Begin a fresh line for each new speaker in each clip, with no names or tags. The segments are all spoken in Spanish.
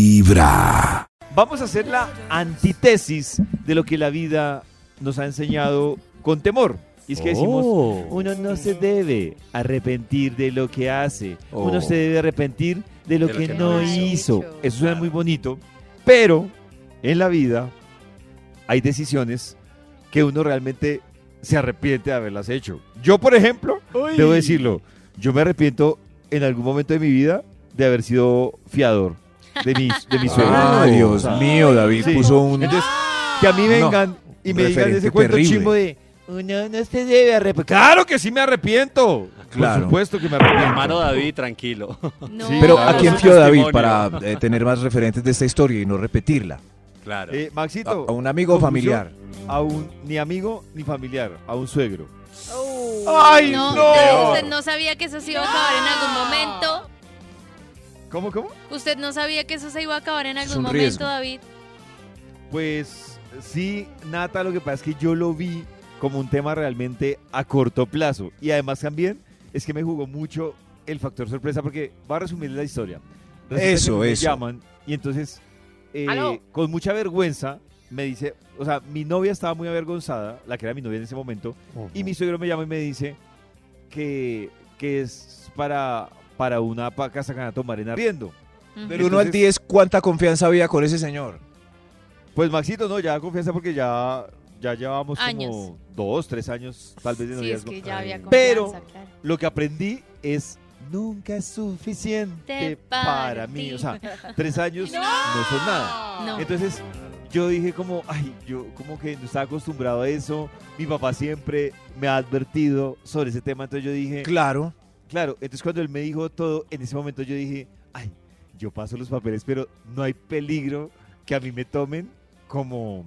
vibra.
Vamos a hacer la antítesis de lo que la vida nos ha enseñado con temor. Y es que decimos,
Oh.
uno no se debe arrepentir de lo que hace, uno
Oh.
se debe arrepentir de lo, que, no hizo.
hizo.
Eso suena muy bonito, pero en la vida hay decisiones que uno realmente se arrepiente de haberlas hecho. Yo, por ejemplo, debo decirlo, yo me arrepiento en algún momento de mi vida de haber sido fiador de mis, de mis suegros.
Ah,
O
Dios
sea,
mío, David
Sí.
puso un.
Entonces, que a mí
Ah. No,
vengan y
un
me digan
referente
ese cuento
terrible.
chimbo de uno no se debe arrepentir. ¡Claro que sí me arrepiento! Por
Claro.
supuesto que me arrepiento.
Hermano David, tranquilo.
No,
Sí,
Pero
claro.
¿a quién
Es
fió David
testimonio.
para eh, tener más referentes de esta historia y no repetirla?
Claro.
Eh,
A,
Maxito,
a un amigo familiar.
a un ni amigo ni familiar, a un suegro.
¡Ay, no!
no!
Usted no sabía que eso se iba a acabar en algún momento.
¿Cómo, cómo?
Usted no sabía que eso se iba a acabar en
Es
algún
un
momento,
riesgo.
David.
Pues sí, Nata, lo que pasa es que yo lo vi como un tema realmente a corto plazo. Y además también es que me jugó mucho el factor sorpresa porque va a resumir la historia. que
Eso,
me
eso.
llaman y entonces eh,
Aló.
con mucha vergüenza me dice, o sea, mi novia estaba muy avergonzada, la que era mi novia en ese momento, y mi suegro me llama y me dice que, que es para, para una pa- casa que van a tomar en arriendo.
Ujú.
Del 1 al
Entonces-
10, ¿cuánta confianza había con ese señor?
Pues Maxito, no, ya da confianza porque ya, ya llevamos
Años.
como dos, tres años tal vez de
sí, es
noviazgo.
que ya había confianza,
Pero-
claro.
Lo que aprendí es nunca es
Te
suficiente
para
para
ti.
mí. O sea, tres años no, son nada.
No.
Entonces yo dije como, ay, yo como que no estaba acostumbrado a eso. Mi papá siempre me ha advertido sobre ese tema. Entonces yo dije,
Claro.
claro, entonces cuando él me dijo todo, en ese momento yo dije, ay, yo paso los papeles, pero no hay peligro que a mí me tomen como,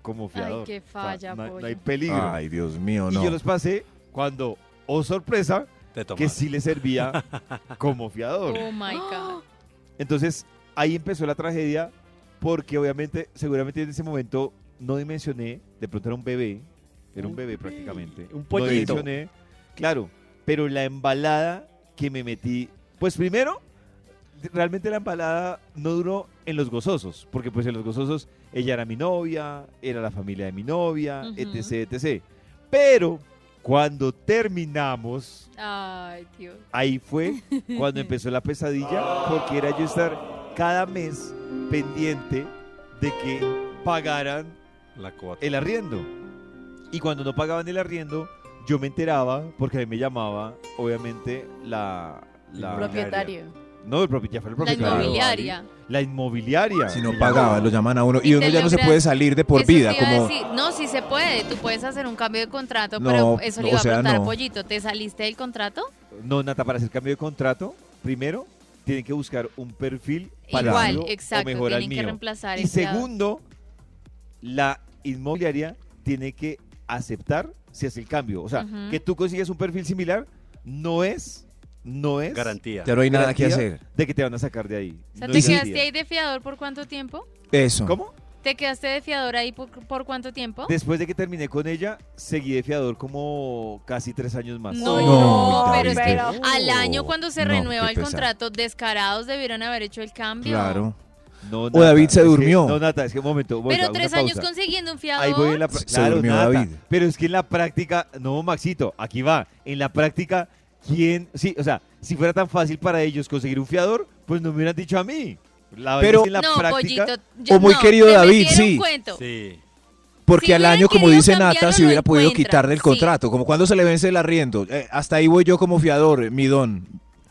como fiador.
Ay, qué
O sea,
falla,
no, hay- no
pollo.
hay peligro.
Ay, Dios mío,
y
no.
yo los pasé cuando, oh sorpresa,
Te tomaron.
que sí le servía como fiador.
Oh my God.
Entonces ahí empezó la tragedia porque obviamente, seguramente en ese momento no dimensioné, de pronto era un bebé, era un bebé prácticamente.
un pollito.
No dimensioné, claro, pero la embalada que me metí, pues primero, realmente la embalada no duró en los gozosos, porque pues en los gozosos ella era mi novia, era la familia de mi novia,
Ujú.
etc, etc. Pero cuando terminamos,
Ay, Dios.
Ahí fue cuando empezó la pesadilla, porque era yo estar cada mes pendiente de que pagaran
La cuota.
el arriendo. Y cuando no pagaban el arriendo, yo me enteraba, porque a mí me llamaba, obviamente, la... la
Propietario.
No, el propietario, ya fue el
La
propietario.
inmobiliaria.
La inmobiliaria.
Si no
Me
pagaba,
llamaba.
lo llaman a uno.
Y
Y uno
te
ya no se
logras-
puede salir de por
Eso te
vida.
iba a
Como
decir. No, sí se puede. Tú puedes hacer un cambio de contrato,
No,
pero eso
no,
le iba
o sea,
a preguntar
no.
Pollito. ¿Te saliste del contrato?
No, Nata, para hacer cambio de contrato, primero tienen que buscar un perfil
Igual,
parecido
exacto.
o mejor al
tienen que
mío.
reemplazar
Y
el fiador.
segundo, la inmobiliaria tiene que aceptar si hace el cambio. O sea,
Ujú.
que tú consigues un perfil similar no es, no es
Garantía.
ya no hay nada que
garantía
hacer.
de que te van a sacar de ahí.
O sea,
No
¿te
es
sí.
quedaste
garantía.
ahí de fiador por cuánto tiempo?
Eso.
¿Cómo?
¿Te quedaste de fiador ahí por, por cuánto tiempo?
Después de que terminé con ella, seguí de fiador como casi tres años más.
No,
No,
pero es que
David.
al año cuando se
No,
renueva
qué
el
pesar.
contrato, descarados debieron haber hecho el cambio.
Claro.
No,
O David se
es que-
durmió.
no, Nata, es que un momento. un momento,
Pero
una
tres años
pausa.
consiguiendo un
Ahí voy en
fiador.
la pra-
Se
claro,
durmió
Nata,
David.
Pero es que en la práctica, no, Maxito, aquí va. En la práctica, ¿quién? Sí, o sea, si fuera tan fácil para ellos conseguir un fiador, pues no me hubieran dicho a mí. La verdad
Pero-
es que en la
no,
práctica,
pollito. yo-
O muy
no,
querido
te
David,
metieron
sí.
cuento.
Sí.
Porque
Si
al
hubiera
año, como
querido
dice Nata,
cambiarlo,
se
lo
hubiera podido
encuentra,
quitar del
sí.
contrato. Como cuando se le vence el arriendo. Eh, hasta ahí voy yo como fiador, eh, mi don.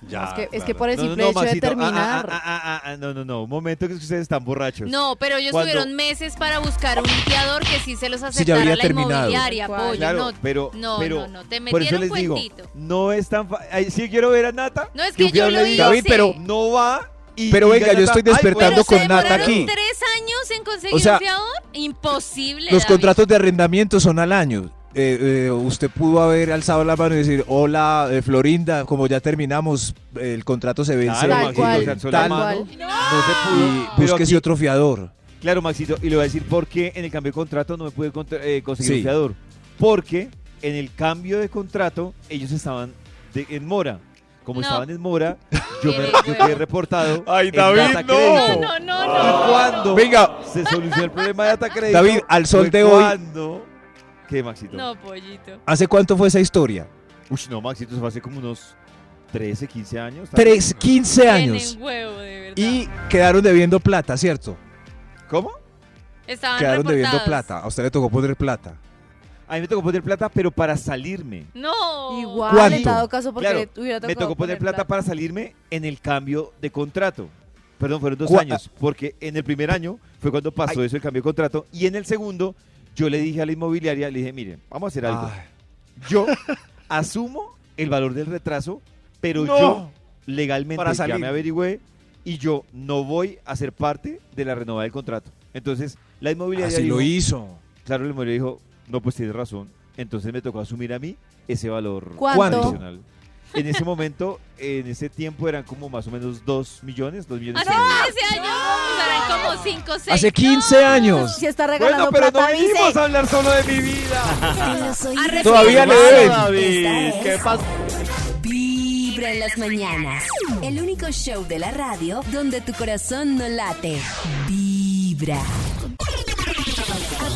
Ya.
es, que, es
claro.
que por el
No, no,
simple
no,
hecho de
Maxito, ah,
terminar.
ah, ah, ah, ah, no, no, no, un momento que es que ustedes están borrachos.
No, pero ellos
Cuando-
tuvieron meses para buscar un fiador que sí se los
Si ya
aceptara
había
la
terminado.
inmobiliaria,
Tal cual.
pollo.
claro,
no,
pero,
no,
pero
no, no, te
por eso
metieron
les digo,
cuentito.
no es tan fácil. Si quiero ver a Nata,
No es
que
que,
un
yo
fiador le
lo
diga,
digo,
David,
sí.
pero-
no va y
Pero
diga
venga, yo
Nata,
estoy
"Ay, bueno,
despertando
pero
con
se
Nata
demoraron
aquí.
tres años en conseguir
O sea,
un fiador? Imposible,
Los
David.
contratos de arrendamiento son al año. Eh, eh, usted pudo haber alzado la mano y decir, hola eh, Florinda, como ya terminamos, eh, el contrato se vence.
Claro,
Tal
eh,
Maxito,
cual,
o sea, solo
tal
la mano,
cual.
no se pudo.
y
pero
búsquese
aquí-
otro fiador.
Claro, Maxito, y le voy a decir por qué en el cambio de contrato no me pude contra- eh, conseguir un
Sí.
fiador. Porque en el cambio de contrato ellos estaban de- en mora. como
No.
estaban en mora, yo, me,
Qué
yo
vergüenza.
quedé reportado.
Ay,
en
David,
Data
no.
Crédito.
No, no, no, no.
¿Y cuándo
Venga.
se solucionó el problema de Data Crédito?
David, al sol
fue
de hoy.
cuando- ¿Qué, Maxito? No.
No, pollito.
¿Hace cuánto fue esa historia?
Uy, no, Maxito, se fue hace como unos 13, 15 años. tal vez.
Tres, 15 años.
Tienen huevo, de verdad.
Y quedaron debiendo plata, ¿cierto?
¿Cómo?
Estaban
Quedaron debiendo
reportados.
plata. A usted le tocó poner plata.
A mí me tocó poner plata, pero para salirme.
No.
Igual,
¿Cuánto?
en dado caso, porque
Claro,
le hubiera tocado
Me tocó poner plata para salirme en el cambio de contrato. Perdón, fueron dos
Cua- ah.
años, porque en el primer año fue cuando pasó eso, el cambio de contrato, y en el segundo yo le dije a la inmobiliaria, le dije, miren, vamos a hacer algo.
Ay.
Yo asumo el valor del retraso, pero
No.
yo legalmente
Para
ya
salir.
me averigüé y yo no voy a ser parte de la renovada del contrato. Entonces, la inmobiliaria
Así lo
dijo-
hizo.
claro, la inmobiliaria dijo, no, pues tienes razón. Entonces me tocó asumir a mí ese valor
¿Cuánto?
¿Cuánto?
adicional. En ese momento, en ese tiempo eran como más o menos 2 millones, 2 millones.
Hace
Ah,
y medio.
15 años eran como 5 o 6.
Hace 15 años.
Si pues está regalando plata, avise.
a hablar solo de mi vida.
Todavía le deben.
David,
Esta
¿qué
es
pasa?
Vibra en las mañanas. El único show de la radio donde tu corazón no late. Vibra. A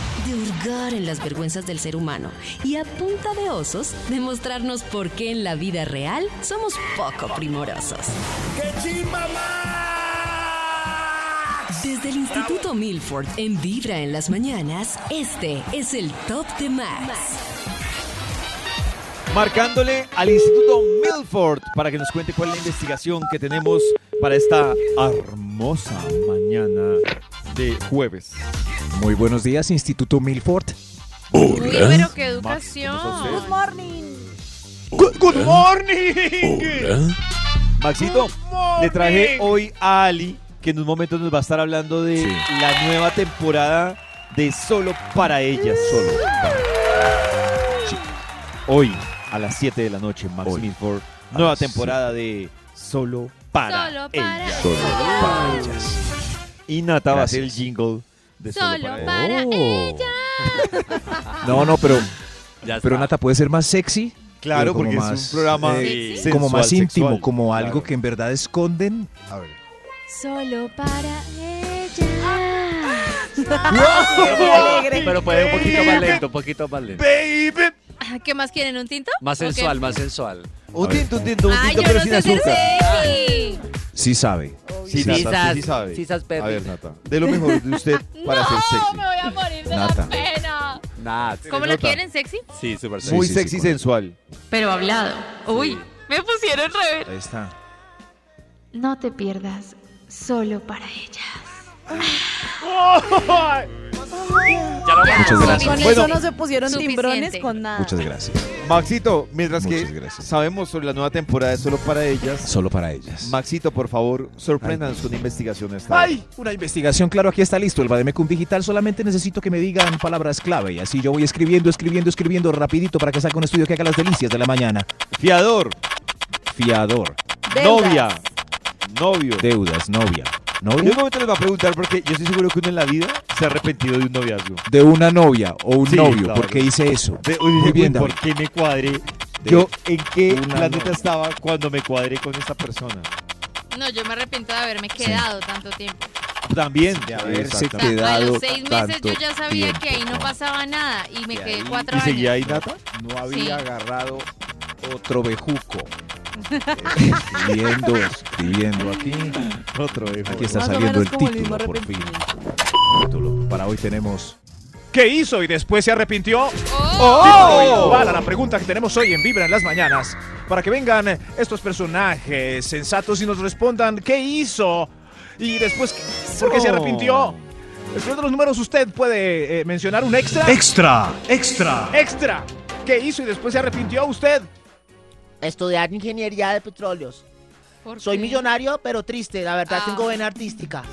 De hurgar en las vergüenzas del ser humano. Y a punta de osos, demostrarnos por qué en la vida real somos poco primorosos. Desde el Instituto Milford, en Vibra en las Mañanas, este es el Top de Max.
Marcándole al Instituto Milford para que nos cuente cuál es la investigación que tenemos para esta hermosa mañana de jueves.
Muy buenos días, Instituto Milford. ¿Eh?
Uy, pero qué
Good
educación.
morning.
¿Eh? Maxito, le traje hoy a Ali, que en un momento nos va a estar hablando de
Sí.
la nueva temporada de Solo para Ellas. Solo. Sí. Hoy, a las 7 de la noche, Max
Hoy,
Milford,
a
nueva
las
temporada de Solo para
Solo para
Ellas.
Solo para ellas.
Y Nata va a hacer el
Gracias.
jingle de Solo,
Solo
para,
para-
Ellas.
ella.
Ah.
No, no, pero,
Ya está.
pero Nata puede ser más sexy.
Claro,
pero como
porque es
más,
un programa
eh,
sensual,
como más íntimo,
sexual.
como algo
Claro.
que en verdad esconden. A ver.
Solo para ella.
alegre.
Pero puede un poquito más lento, un poquito más lento.
Ah, ¿Qué más quieren? ¿Un tinto?
Más
¿O qué?
sensual, más sensual.
Un tinto, un tinto, un
Ay,
tinto,
yo
pero
no
sin
sé hacer
azúcar.
sexy.
Sí sabe.
Sí, Nata, usted sí sabe.
Sisas
A ver, Nata, de lo mejor de usted para ser
No,
Ah, sexy.
me voy a morir de
Nata.
la pena.
Nat.
¿Cómo lo quieren, sexy?
Sí, súper
Sí,
sexy.
Muy
sí,
sexy
sí, con-
sensual.
Pero hablado. Uy, me pusieron rever.
Ahí está.
No te pierdas, solo para ellas.
Ya lo
Muchas gracias.
Con
Bueno,
eso no se pusieron
suficiente.
timbrones con nada.
Muchas gracias.
Maxito, mientras que
Muchas gracias.
sabemos sobre la nueva temporada de Solo para Ellas,
Solo para ellas.
Maxito, por favor, sorpréndanos con una investigación esta hora.
¡Ay! Una investigación, claro, aquí está listo. El Bademecum Digital solamente necesito que me digan palabras clave. Y así yo voy escribiendo, escribiendo, escribiendo rapidito para que salga un estudio que haga las delicias de la mañana.
Fiador,
Fiador,
Deudas.
novia, novio.
deudas, novia.
En un
¿Novia?
momento les va a preguntar porque yo estoy seguro que uno en la vida se ha arrepentido de un noviazgo.
De una novia o un
Sí,
novio.
claro.
¿Por qué hice eso?
De- uy,
Muy
uy,
bien,
¿Por
David.
qué me cuadré? Yo, ¿en qué
una
planeta
novia.
estaba cuando me cuadré con esta persona?
No, yo me arrepiento de haberme quedado tanto tiempo.
También.
De haberse
Exacto.
O sea, a
quedado
los seis meses yo ya sabía
tanto
que ahí no
tiempo.
pasaba nada y me
Y
quedé
ahí-
¿Y
cuatro años.
seguía ahí, Nata?
No
había Sí.
agarrado otro bejuco. Escribiendo, escribiendo aquí.
Otro hijo.
Aquí está
Más o
saliendo
menos
el
como el mismo
título, por fin.
arrepentimiento.
Título. Para hoy tenemos.
¿Qué hizo y después se arrepintió?
¡Oh!
Igual a la pregunta que tenemos hoy en Vibra en las mañanas. Para que vengan eh, estos personajes sensatos y nos respondan qué hizo y después qué- por qué se arrepintió. Después de los números, usted puede eh, mencionar un extra. Extra, extra. Extra. ¿Qué hizo y después se arrepintió usted?
Estudiar ingeniería de petróleos.
¿Por
Soy
qué?
millonario, pero triste. La verdad,
Ah.
tengo vena artística.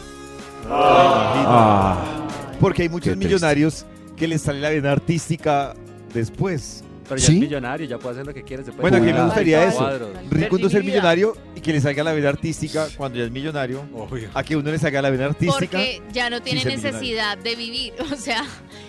Porque hay muchos
Ah, Qué triste.
millonarios que les sale la vena artística después.
Pero ya es millonario, ya puede hacer lo que quiere. se puede
Bueno, aquí me
jugar,
gustaría
pintar
eso.
cuadros.
Rico uno ser millonario y que le salga la vena artística cuando ya es millonario. A que uno le salga la vena artística
Porque ya no tiene
ser
necesidad de vivir, o sea,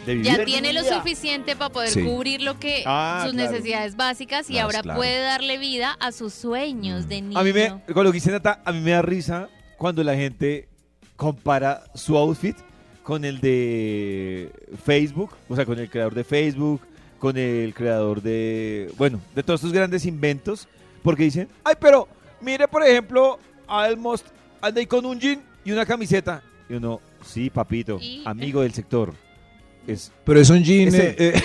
de vivir.
ya tiene lo suficiente para poder
Sí.
cubrir lo que
Ah,
sus
claro.
necesidades básicas y
Claro,
ahora
claro. Mm.
puede darle vida a sus sueños de niño.
A mí me, con lo que dice Nata, a mí me da risa cuando la gente compara su outfit con el de Facebook, o sea, con el creador de Facebook, con el creador de, bueno, de todos estos grandes inventos, porque dicen, ay, pero mire, por ejemplo, a Elmost anda ahí con un jean y una camiseta. Y uno, sí, papito, amigo del sector. Es,
Pero es un jean,
ese".
eh, eh,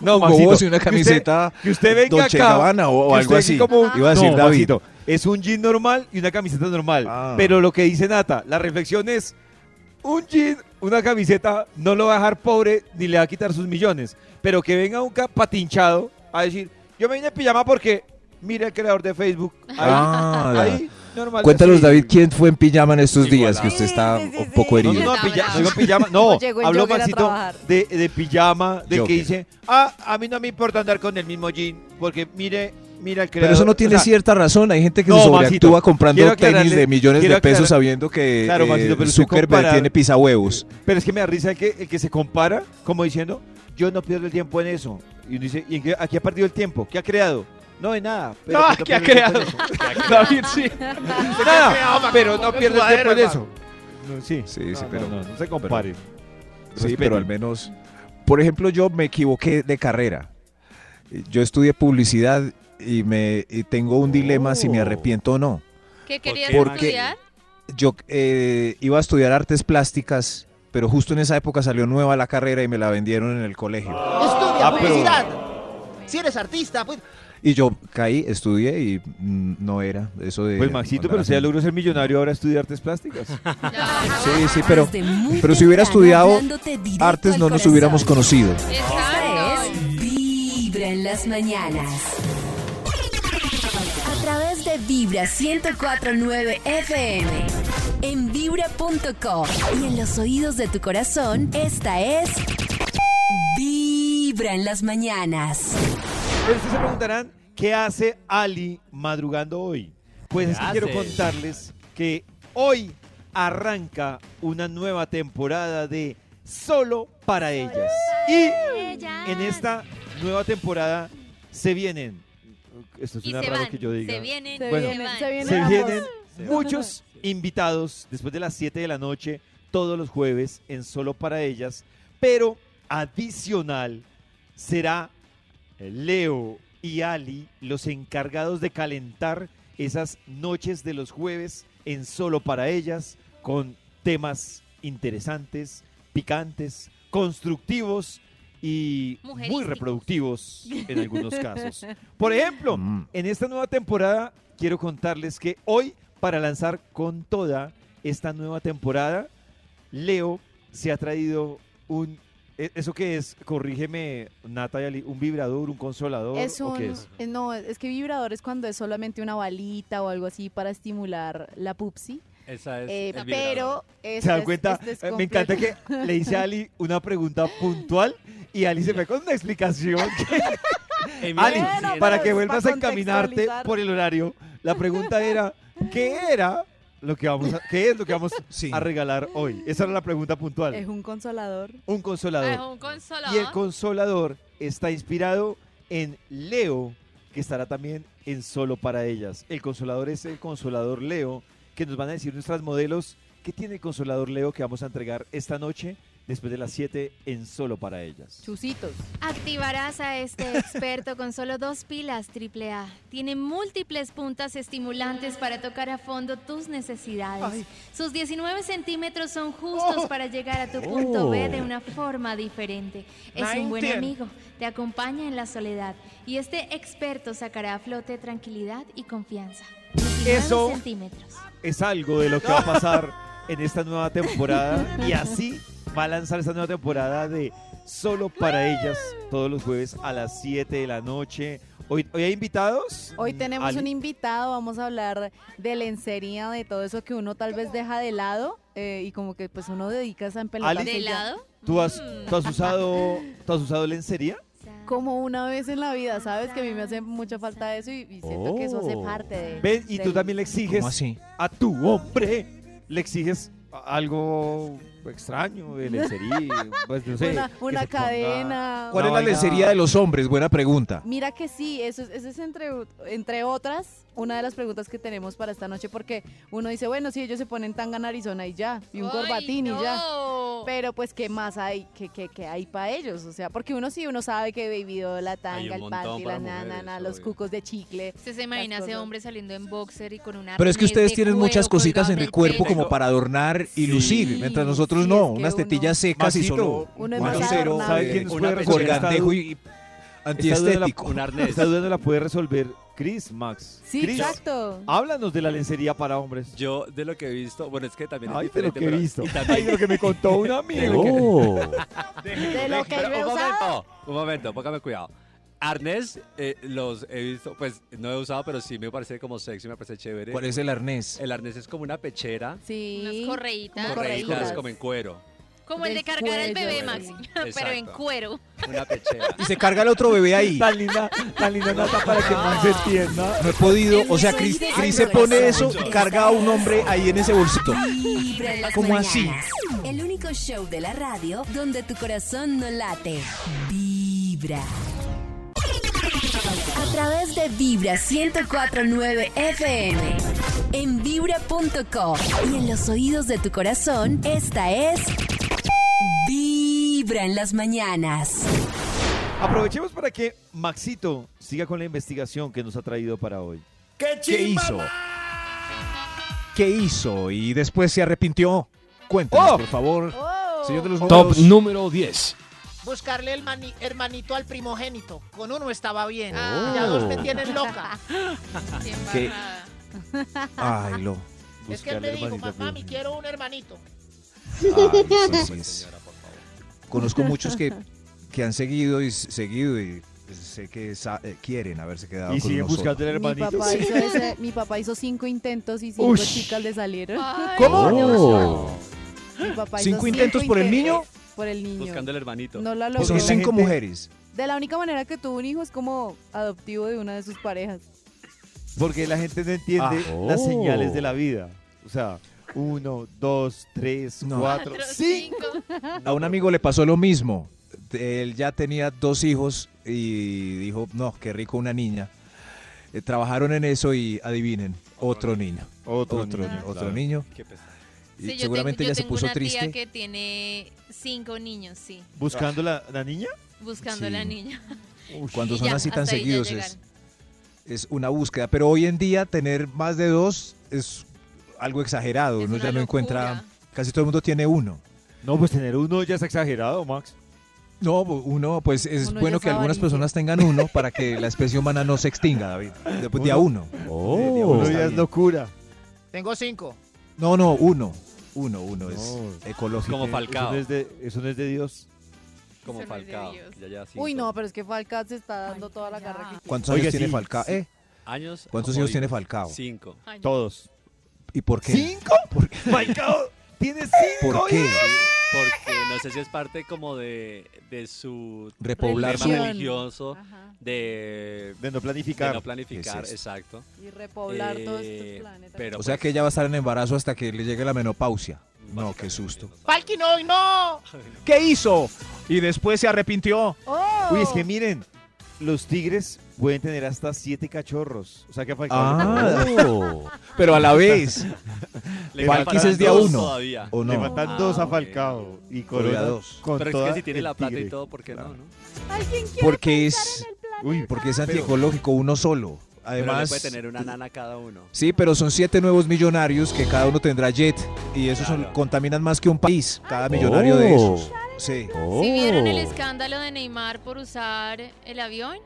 no, un
Maxito,
gobos y una
que usted-
camiseta
Que usted, venga
Dolce
acá.
Gabbana o- o
que
algo
usted
así.
como un-
Iba a decir
no,
David.
Maxito, es un jean normal y una camiseta normal. Pero lo que dice Nata, la reflexión es, un jean, una camiseta, no lo va a dejar pobre ni le va a quitar sus millones. Pero que venga un ca- patinchado a decir, yo me vine en pijama porque mira el creador de Facebook. Ahí,
Ah, ya.
ahí, normal.
Cuéntanos,
Sí.
David, quién fue en pijama en estos días, que usted está un poco
No,
herido.
no, no, pilla- no, digo pijama, no,
Llegó en
habló
jogger a
Maxito
trabajar.
de, de pijama, de que
Jogger.
dice, ah, a mí no me importa andar con el mismo jean, porque mire, mira el creador.
Pero eso no tiene
O sea,
cierta razón. Hay gente que
no,
se
Maxito,
sobreactúa comprando
quiero
tenis
aclararle-
de millones
quiero
de pesos
aclarar-
sabiendo que
Claro, Maxito,
eh,
pero Eh, usted
Zuckerberg
comparar-
tiene pizza huevos.
Pero es que me da risa el que, el que se compara, como diciendo, yo no pierdo el tiempo en eso. Y uno dice, ¿y en qué, aquí ha perdido el tiempo? ¿Qué ha creado? No, de nada. Pero
No,
pues
¿qué ha
pierdo el tiempo en
creado?
eso.
¿Qué ha creado?
David, sí.
ha creado,
Nada,
Max?
pero no
Ponte
pierdo el tiempo
sudadera,
en eso. No, sí,
Sí,
No,
sí,
no,
pero-
no, no se compare.
Sí,
Respete.
pero al menos. Por ejemplo, yo me equivoqué de carrera. Yo estudié publicidad y me y tengo un dilema si me
Oh.
arrepiento o no.
¿Qué querías
Porque-
estudiar?
Yo eh, iba a estudiar artes plásticas, pero justo en esa época salió nueva la carrera y me la vendieron en el colegio.
Estudia
Ah, pero-
publicidad. Si eres artista, pues.
Y yo caí, estudié y mm, no era eso de...
Pues Maxito, pero usted ya logró ser millonario ahora estudia artes plásticas.
Sí, sí, pero,
Desde muy
pero si hubiera
temprano,
estudiado
hablándote directo
artes
al
no nos
corazón.
hubiéramos conocido.
Esta es Vibra en las mañanas. A través de Vibra 1049 FM, en vibra.com y en los oídos de tu corazón, esta es Vibra en las mañanas.
Pero ustedes se preguntarán, ¿qué hace Ali madrugando hoy? Pues
¿Qué
es que quiero
hace?
contarles que hoy arranca una nueva temporada de Solo para ellas. Y en esta nueva temporada se vienen. Esto
Y
suena
se
raro
van,
que yo diga.
se vienen,
Bueno,
se vienen, se vienen
se
ambos.
vienen
Se van.
muchos invitados después de las 7 de la noche, todos los jueves en Solo para Ellas. Pero adicional será Leo y Ali los encargados de calentar esas noches de los jueves en Solo para Ellas con temas interesantes, picantes, constructivos y muy
Mujerísticos.
reproductivos en algunos casos. Por ejemplo, en esta nueva temporada quiero contarles que hoy, para lanzar con toda esta nueva temporada, Leo se ha traído un... e- ¿Eso qué es? Corrígeme, Natalia, ¿un vibrador, un consolador?
Es
¿o
un,
qué es?
eh, no, es que vibrador es cuando es solamente una balita o algo así para estimular la pupsi.
Ah,
Esa es
Eh,
el
pero
vibrador.
este
¿Se dan
es-
cuenta?
este es
Eh, Me encanta que
completo.
le hice a Ali una pregunta puntual y Ali se fue con una explicación. que- Ali,
Bueno, pero
para
es
que
pues,
pa'
vuelvas a encaminarte por el horario, la pregunta era, ¿qué era lo que vamos a, qué es lo que vamos a regalar hoy? Esa era la pregunta puntual.
Es un consolador.
Un consolador.
Ah, es un consolador.
Y el consolador está inspirado en Leo, que estará también en Solo para Ellas. El consolador es el consolador Leo, que nos van a decir nuestras modelos qué tiene el consolador Leo que vamos a entregar esta noche después de las 7 en Solo para Ellas.
Chusitos.
Activarás a este experto con solo dos pilas AAA. Tiene múltiples puntas estimulantes para tocar a fondo tus necesidades. Sus 19 centímetros son justos para llegar a tu punto
Oh.
B de una forma diferente. Es un buen
19.
amigo, te acompaña en la soledad y este experto sacará a flote tranquilidad y confianza. 19
Eso.
centímetros.
es algo de lo que va a pasar en esta nueva temporada y así va a lanzar esta nueva temporada de Solo para ellas todos los jueves a las 7 de la noche. Hoy, hoy hay invitados.
Hoy tenemos
Ali-
un invitado, vamos a hablar de lencería, de todo eso que uno tal vez deja de lado eh, y como que pues uno dedica esa empelada.
Ali, ¿tú has,
Mm.
tú has usado, ¿tú has usado lencería?
Como una vez en la vida, ¿sabes? Que a mí me hace mucha falta eso y, y siento que eso hace parte de...
¿Ves? Y tú
del-
también le exiges a tu hombre, le exiges a- algo extraño de lencería, pues no sé.
Una,
que
una
se ponga-
cadena.
¿Cuál es
Una
la
vaina-
lencería de los hombres? Buena pregunta.
Mira que sí, eso es, eso es entre, entre otras una de las preguntas que tenemos para esta noche, porque uno dice, bueno, sí, ellos se ponen tanga en Arizona y ya, y un
¡Ay,
corbatín y ya.
no!
Pero pues, ¿qué más hay? ¿Qué, qué, qué hay para ellos? O sea, porque uno sí, uno sabe que Baby Doll, la
Hay
tanga,
un
el
montón
panty, la
para
nanana,
mujeres,
los cucos de chicle.
Usted se imagina ese hombre saliendo en boxer y con una.
Pero es que ustedes tienen muchas cositas en el cuerpo como para adornar y lucir, mientras nosotros no, unas tetillas secas y
Maxito, Eh,
solo
uno
un
es más
cero
adornable. ¿Sabe quién nos puede resolver esta
colgandejo y
Esta duda la-
antiestético.
Esta duda la puede resolver Chris, Max.
Sí,
Chris,
exacto.
Háblanos de la pues, lencería para hombres.
Yo de lo que he visto, bueno, es que también es
Ay, de lo
diferente,
que he
pero-
visto.
y también-
Ay, de lo que me contó un amigo.
Oh.
Oh.
De lo que
Pero
yo he
un
usado.
momento, un momento, póngame cuidado. Arnés eh, los he visto, pues no he usado, pero sí me parece como sexy, me parece chévere.
¿Cuál es el arnés?
El arnés es como una pechera,
Sí.
Unas
Ah,
correitas.
correitas, como en cuero.
Como el de
Del
cargar al
cuello.
bebé, Maxi. Pero en
Exacto.
cuero.
Una pechera.
Y se carga el otro bebé ahí.
Tan linda, tan linda nata para que
Ah.
Max entienda.
No he podido, o sea, Cris Cris se pone eso y carga a un hombre ahí en ese bolsito.
Vibra en las
¿Cómo
mañanas.
así?
El único show de la radio donde tu corazón no late. Vibra. A través de Vibra 104.9 FM. En vibra.com. Y en los oídos de tu corazón, esta es... Vibra en las mañanas.
Aprovechemos para que Maxito siga con la investigación que nos ha traído para hoy.
¿Qué, hizo? ¿Qué hizo? Y después se arrepintió. Cuéntanos, por favor.
Oh.
Señor de los
Oh. Top
números.
número 10.
Buscarle el mani- hermanito al primogénito. Con uno estaba bien.
Oh.
Ya dos me tienen loca.
¿Qué? Ah, Ay, lo.
Es que él me dijo, "Ma- mami, quiero un hermanito.
Ay, sí, sí. Conozco muchos que, que han seguido y s- seguido y sé que sa- eh, quieren haberse quedado
Y
con
siguen
uno solo.
buscando el
Mi
hermanito.
papá,
Sí.
hizo ese- mi papá hizo cinco intentos y cinco
Ush.
chicas le salieron.
¿Cómo? Oh.
Mi papá hizo
¿Cinco intentos por el niño?
Por el niño.
Buscando el hermanito.
No la logró.
Pues Son cinco mujeres.
De la única manera que tuvo un hijo es como adoptivo de una de sus parejas.
Porque la gente no entiende
Ah.
las
Oh.
señales de la vida. O sea, uno, dos, tres, cuatro, cinco.
A un amigo le pasó lo mismo. Él ya tenía dos hijos y dijo, no, qué rico una niña. Eh, trabajaron en eso y adivinen, otro niño.
Otro,
niño.
niño,
Otro
claro.
niño.
Qué pesado.
Y seguramente ella se puso
una
triste.
tía que tiene cinco niños, sí.
¿Buscando la, la niña?
Buscando
Sí.
la niña.
Cuando
Y
son
ya,
así tan
hasta ahí ya
seguidos es, es una búsqueda. Pero hoy en día tener más de dos es algo exagerado. Uno ya no encuentra... Casi todo el mundo tiene uno.
No, pues tener uno ya es exagerado, Max.
No, bu- uno, pues es
Uno ya
bueno
es
que algunas
avaricio.
personas tengan uno para que la especie humana no se extinga, David. De, de a uno.
Oh.
De- de a uno
uno
está
ya es
bien.
locura.
Tengo cinco.
No, no, uno. Uno, uno es ecológico.
Como
Eso
Falcao.
no es de, eso no es de Dios.
Como Falcao. Ya, ya, sí.
Uy, no, pero es que Falcao se está dando toda la garra que
¿Cuántos
Oiga,
años tiene
sí.
Falcao? ¿Eh?
Años.
¿Cuántos
como
hijos
hoy.
tiene Falcao?
Cinco.
Todos.
¿Y por qué?
¿Cinco? Falcao tiene cinco.
¿Por qué?
Porque no sé si es parte como de, de su
Repoblar
tema
su-
religioso, de,
De no planificar.
de no planificar,
Es eso.
exacto.
Y repoblar
Eh,
todos estos
planetas. Pero
o sea que ella va a estar en embarazo hasta que le llegue la menopausia. No, qué susto.
Palki, no, y no.
¿Qué hizo? Y después se arrepintió.
Uy, es que miren, los tigres pueden tener hasta siete cachorros. O sea que a Falcao.
Ah, pero a la vez.
Le
Falquis
faltan
es de a
dos
uno.
todavía.
¿O no?
Le faltan
Ah,
dos a
ok.
Falcao y Corona
Oiga, dos.
con
pero es
toda
que si tiene
el
la plata y
tigre.
todo, ¿por qué no? no?
Porque es, uy, porque es antiecológico uno solo.
Pero le
Además,
puede tener una nana cada uno.
sí, pero son siete nuevos millonarios que cada uno tendrá jet y esos son- contaminan más que un país. Cada millonario de esos. Sí.
Si vieron
Oh.
el escándalo de Neymar por usar el avión,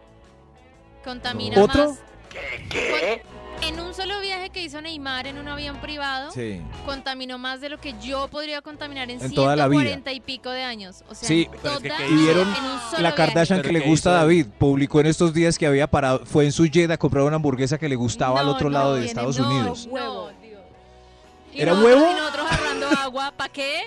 contamina
No. ¿Otro?
más. Con- En un solo viaje que hizo Neymar en un avión privado,
Sí.
contaminó más de lo que yo podría contaminar en,
En toda la vida.
140 y pico de años. O sea,
Sí,
en
pero es que
toda
¿qué
mi
hizo?
vida,
¿Vieron
en un solo
La Kardashian
viaje.
que le gusta a David publicó en estos días que había parado, fue en su jet a comprar una hamburguesa que le gustaba al otro lado de Estados Unidos.
No, Dios. Y
¿Era
nosotros-
huevo?
Y nosotros agarrando
tirando agua. ¿Para qué?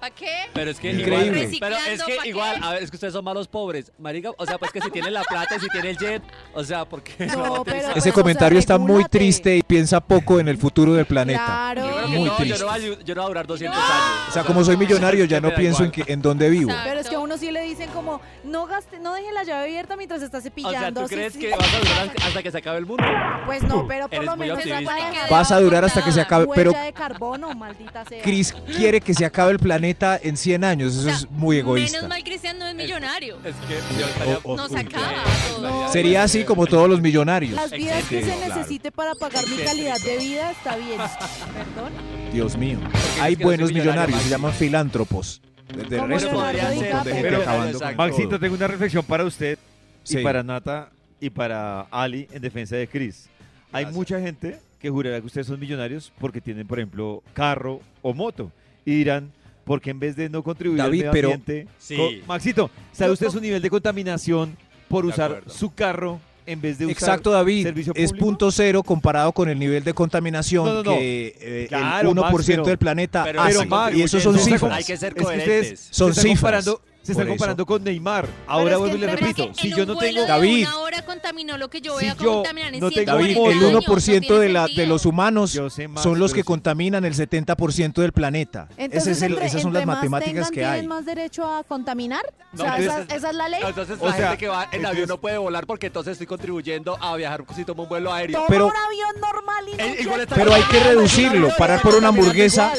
¿Para qué?
Pero es que
Increíble.
igual, pero es
Reciclando, ¿pa'
que
qué?
igual, a ver, es que ustedes son malos pobres, marica, o sea, pues que si tienen la plata y si tienen el jet, o sea, ¿por qué?
No,
van a
pero-
utilizar?
Ese comentario está muy triste y piensa poco en el futuro del planeta.
Yo creo que
Muy
no, yo
triste.
no, voy a, yo no voy a durar 200 años.
O sea, como soy millonario ya no
me da
pienso en,
igual.
que- en dónde vivo.
Pero es que a uno sí le dicen como, no gaste, no deje la llave abierta mientras está
O sea,
cepillando.
¿tú
sí,
crees
sí.
que vas a durar hasta- hasta que se acabe el mundo?
Pues no, pero por
Eres
lo
muy
menos trata
optimista.
de dejar
Vas a durar hasta que se acabe,
huella
pero
de carbono, maldita sea.
Chris quiere que se acabe el planeta en 100 años. Eso es muy egoísta.
Menos mal Cristian no es millonario.
Es que
Oh,
O- o-
Nos acaba.
Sería así como todos los millonarios.
Las vidas que
Sí,
se
claro.
necesite para pagar mi calidad de vida está bien. Perdón.
Dios mío. Hay
que no soy
buenos
millonario,
millonarios, se
Maxi.
llaman filántropos. De- Del
Como
resto,
Leonardo
hay un montón de
DiCaprio.
gente
Pero-
acabando con
Maxito,
todo.
tengo una reflexión para usted
Sí.
y para Nata y para Ali en defensa de Chris. Hay mucha gente que jurará que ustedes son millonarios porque tienen, por ejemplo, carro o moto. Y dirán, porque en vez de no contribuir
David,
al medio
pero-
ambiente...
Sí.
co- Maxito, ¿sabe usted su nivel de contaminación por
De
usar
acuerdo.
su carro en vez de usar
Exacto, David.
servicio
Es
público?
punto cero comparado con el nivel de contaminación
No, no, no.
que eh,
Claro,
el 1%
Max, pero-
del planeta
pero-
hace.
pero, Max,
y eso son
no está
cifras.
com- Hay que ser
Es que ustedes
coherentes.
Son
se están
cifras.
comparando- se están
Por eso.
comparando con Neymar.
Pero
Ahora
es
vuelvo
que
y le
entre-
repito,
en
si
un
yo no
vuelo
tengo
de
David.
Una hora contaminó lo que yo voy
Si
a
yo
contaminar en
no tengo
140
David, el
años,
1%
no
de, la,
tiene
de los humanos
Max,
son los
pero
que
sí.
contaminan el 70% del planeta. Ese
Entonces,
es el-
entre-
esas son las
entre más
matemáticas
tengan,
que hay.
¿Tienen más derecho a contaminar?
No,
o sea, esa,
entonces-
esa es la ley.
Entonces
O
la
sea,
gente que va en avión no puede volar porque entonces estoy contribuyendo a viajar si tomo un vuelo aéreo.
Toma
Pero-
un avión normal y no
Eh,
un
igual está-
Pero hay que reducirlo, parar por una hamburguesa.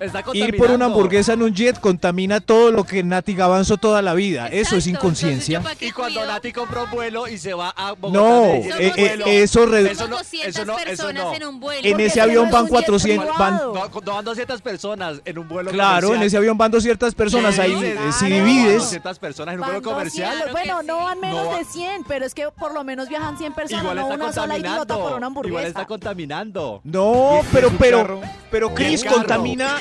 Está
Ir por
contaminando.
una hamburguesa en un jet contamina todo lo que Nati Gavanzo toda la vida. Eso es inconsciencia.
Y cuando Nati compra un vuelo y se va a Bogotá,
No, eh,
Medellín, compra un
eh,
vuelo.
eso re-
no, eso no, eso
personas
no.
en un vuelo.
En ese avión van 400, van
No, no van 200 personas en un vuelo
Claro, en
comercial.
ese avión van 200 personas. Ahí, eh, si
Claro.
divides,
200 personas en un
Van
vuelo comercial.
200, bueno, no van menos
No va-
de 100, pero es que por lo menos viajan 100 personas,
Igual
no
está
una sola idiota por una
contaminando. Igual
hamburguesa.
está contaminando.
No, pero, pero, pero
Y el
Chris
carro.
contamina.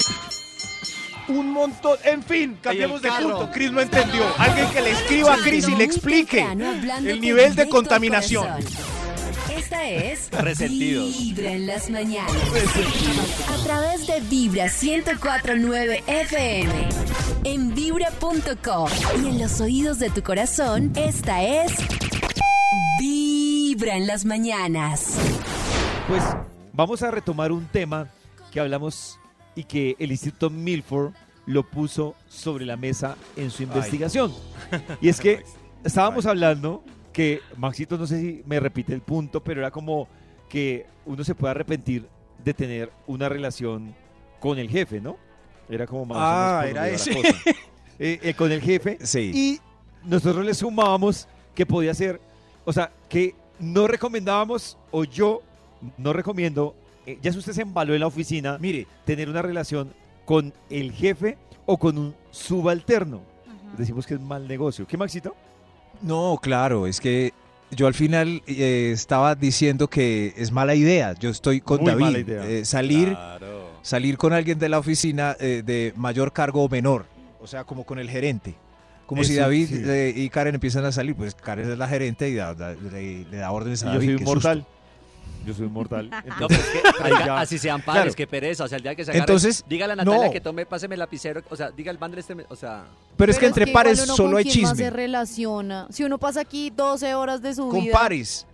Un montón. En fin, cambiemos de
carro.
punto. Chris no entendió. Alguien que le escriba a Chris y le explique el nivel de contaminación.
Esta es
Resentidos.
Vibra en las mañanas. A través de Vibra 104.9 FM. En vibra.com. Y en los oídos de tu corazón, esta es Vibra en las mañanas.
Pues vamos a retomar un tema que hablamos y que el Instituto Milford lo puso sobre la mesa en su investigación. Y es que estábamos hablando que, Maxito, no sé si me repite el punto, pero era como que uno se puede arrepentir de tener una relación con el jefe, ¿no? Era como más o menos
Ah,
por
era
donde iba
ese.
la cosa. Eh, eh, con el jefe. Y nosotros le sumábamos que podía ser, o sea, que no recomendábamos, o yo no recomiendo, eh, ya si usted se embaló en la oficina,
mire,
tener una relación con el jefe o con un subalterno. Decimos que es mal negocio. ¿Qué, Maxito?
No, claro, es que yo al final eh, estaba diciendo que es mala idea. Yo estoy con
Muy
David.
mala idea.
Eh, salir, salir con alguien de la oficina eh, de mayor cargo o menor, o sea, como con el gerente. Como
Eso,
si David
sí.
eh, y Karen empiezan a salir, pues Karen es la gerente y da- da- le, le da órdenes
Y
a
yo
David.
soy
qué
un
susto.
mortal. Yo soy un mortal.
No, pero es que, marica,
ya.
así sean padres,
Claro.
qué pereza. O sea, el día que se agarren,
Entonces,
dígale a Natalia
no.
que tome, páseme el lapicero. O sea, diga el bandre este. me- O sea,
Pero es que entre
igual
pares
uno
solo
con
hay
quién más se
chisme.
relaciona. Si uno pasa aquí 12 horas de su
Con
vida.
pares.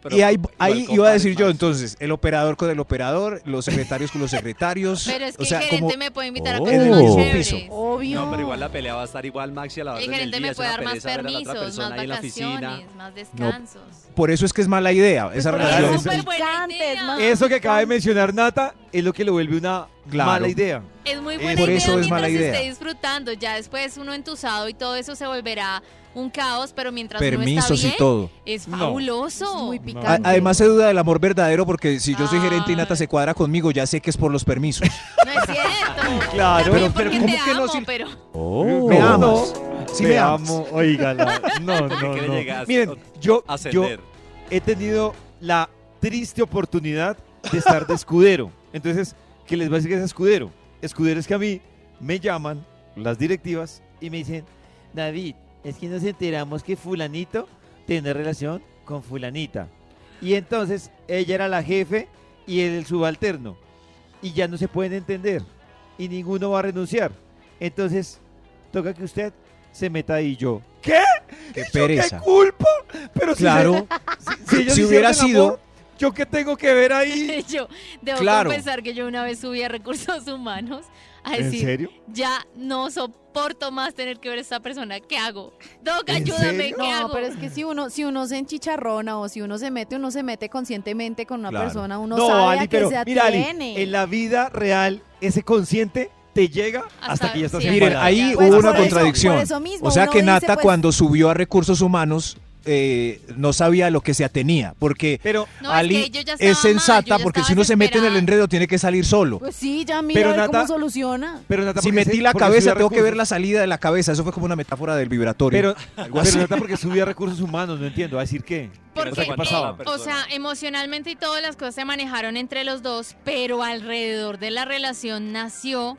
pero
y ahí,
igual
ahí
con
iba a
pares
decir yo,
más.
entonces, el operador con el operador, los secretarios con los secretarios.
Pero es que
o sea,
el gerente
como-
me puede invitar a
Oh.
cosas
En el
más
mismo
chéveres.
piso.
Obvio.
No, pero igual la pelea va a estar igual, Maxi, a la hora
El
del
gerente
día.
me
Es
puede
una
dar más
pereza ver a la otra
permisos, más
persona ahí en la oficina.
vacaciones, más descansos.
Por eso es que es mala idea. Esa
Porque
relación
son
es el-
picantes, man.
Eso que acaba de mencionar Nata es lo que lo vuelve una
Claro.
mala idea.
Es muy
Eh,
buena
por
idea
eso es
mientras
mala idea.
esté disfrutando. Ya después uno entusado y todo eso se volverá un caos, pero mientras uno está
Permisos y
bien,
todo. Ah,
es
No.
fabuloso. muy
A- Además se duda del amor verdadero porque si yo soy gerente y Nata
Ay.
se cuadra conmigo, ya sé que es por los permisos.
No es cierto.
Claro.
También
Pero-
porque
pero ¿cómo
te
que no?
amo,
Si-
pero
oh, Me
No,
amas.
no,
Sí
me,
me amas.
amo. Oiga, la- no, no,
que le
no.
llegas
Miren, yo, yo
ascender.
he tenido la triste oportunidad de estar de escudero. Entonces, que les voy a decir que es escudero? Escudero es que a mí me llaman las directivas y me dicen, David, es que nos enteramos que fulanito tiene relación con fulanita. Y entonces ella era la jefe y él el subalterno. Y ya no se pueden entender. y ninguno va a renunciar. Entonces, toca que usted se meta ahí yo. ¿Qué?
Qué
¿Yo
pereza.
¿Qué culpa? Pero si
Claro.
se- si, ellos
Si
hicieron
hubiera
el
sido-
amor, ¿Yo qué tengo que ver ahí?
yo debo
Claro.
confesar que yo una vez subí a recursos humanos a
¿En
decir,
serio?
ya no soporto más tener que ver a esta persona, ¿qué hago? Doc,
¿En
ayúdame, ¿qué
No,
hago?
pero es que si uno, si uno se enchicharrona o si uno se mete, uno se mete conscientemente con una
Claro.
persona, uno
No,
sabe
Ali,
a qué
pero
se
mira, Ali,
atiene.
en la vida real, ese consciente te llega hasta, que ya estás
Miren,
embarazada.
ahí
Pues
hubo
por
una
eso,
contradicción.
por eso mismo,
o sea
uno
que
dice,
Nata
pues-
cuando subió a recursos humanos eh, no sabía lo que se atenía, porque
No, es
Ali
que yo ya estaba
es
mal,
sensata,
yo ya
porque
estaba
si uno se mete en el
desesperada.
enredo tiene que salir solo.
Pues sí, ya mira
Pero
a ver
Nata-
cómo soluciona.
Pero Nata,
si
¿por qué
metí
se-
la
por qué
cabeza,
subía
tengo que ver
recursos?
la salida de la cabeza. Eso fue como una metáfora del vibratorio.
Pero,
Algo así.
pero Nata, porque subía recursos humanos, no entiendo. ¿A decir qué?
Porque,
o sea,
eh,
¿qué pasaba?
o sea, emocionalmente y todas las cosas se manejaron entre los dos, pero alrededor de la relación nació.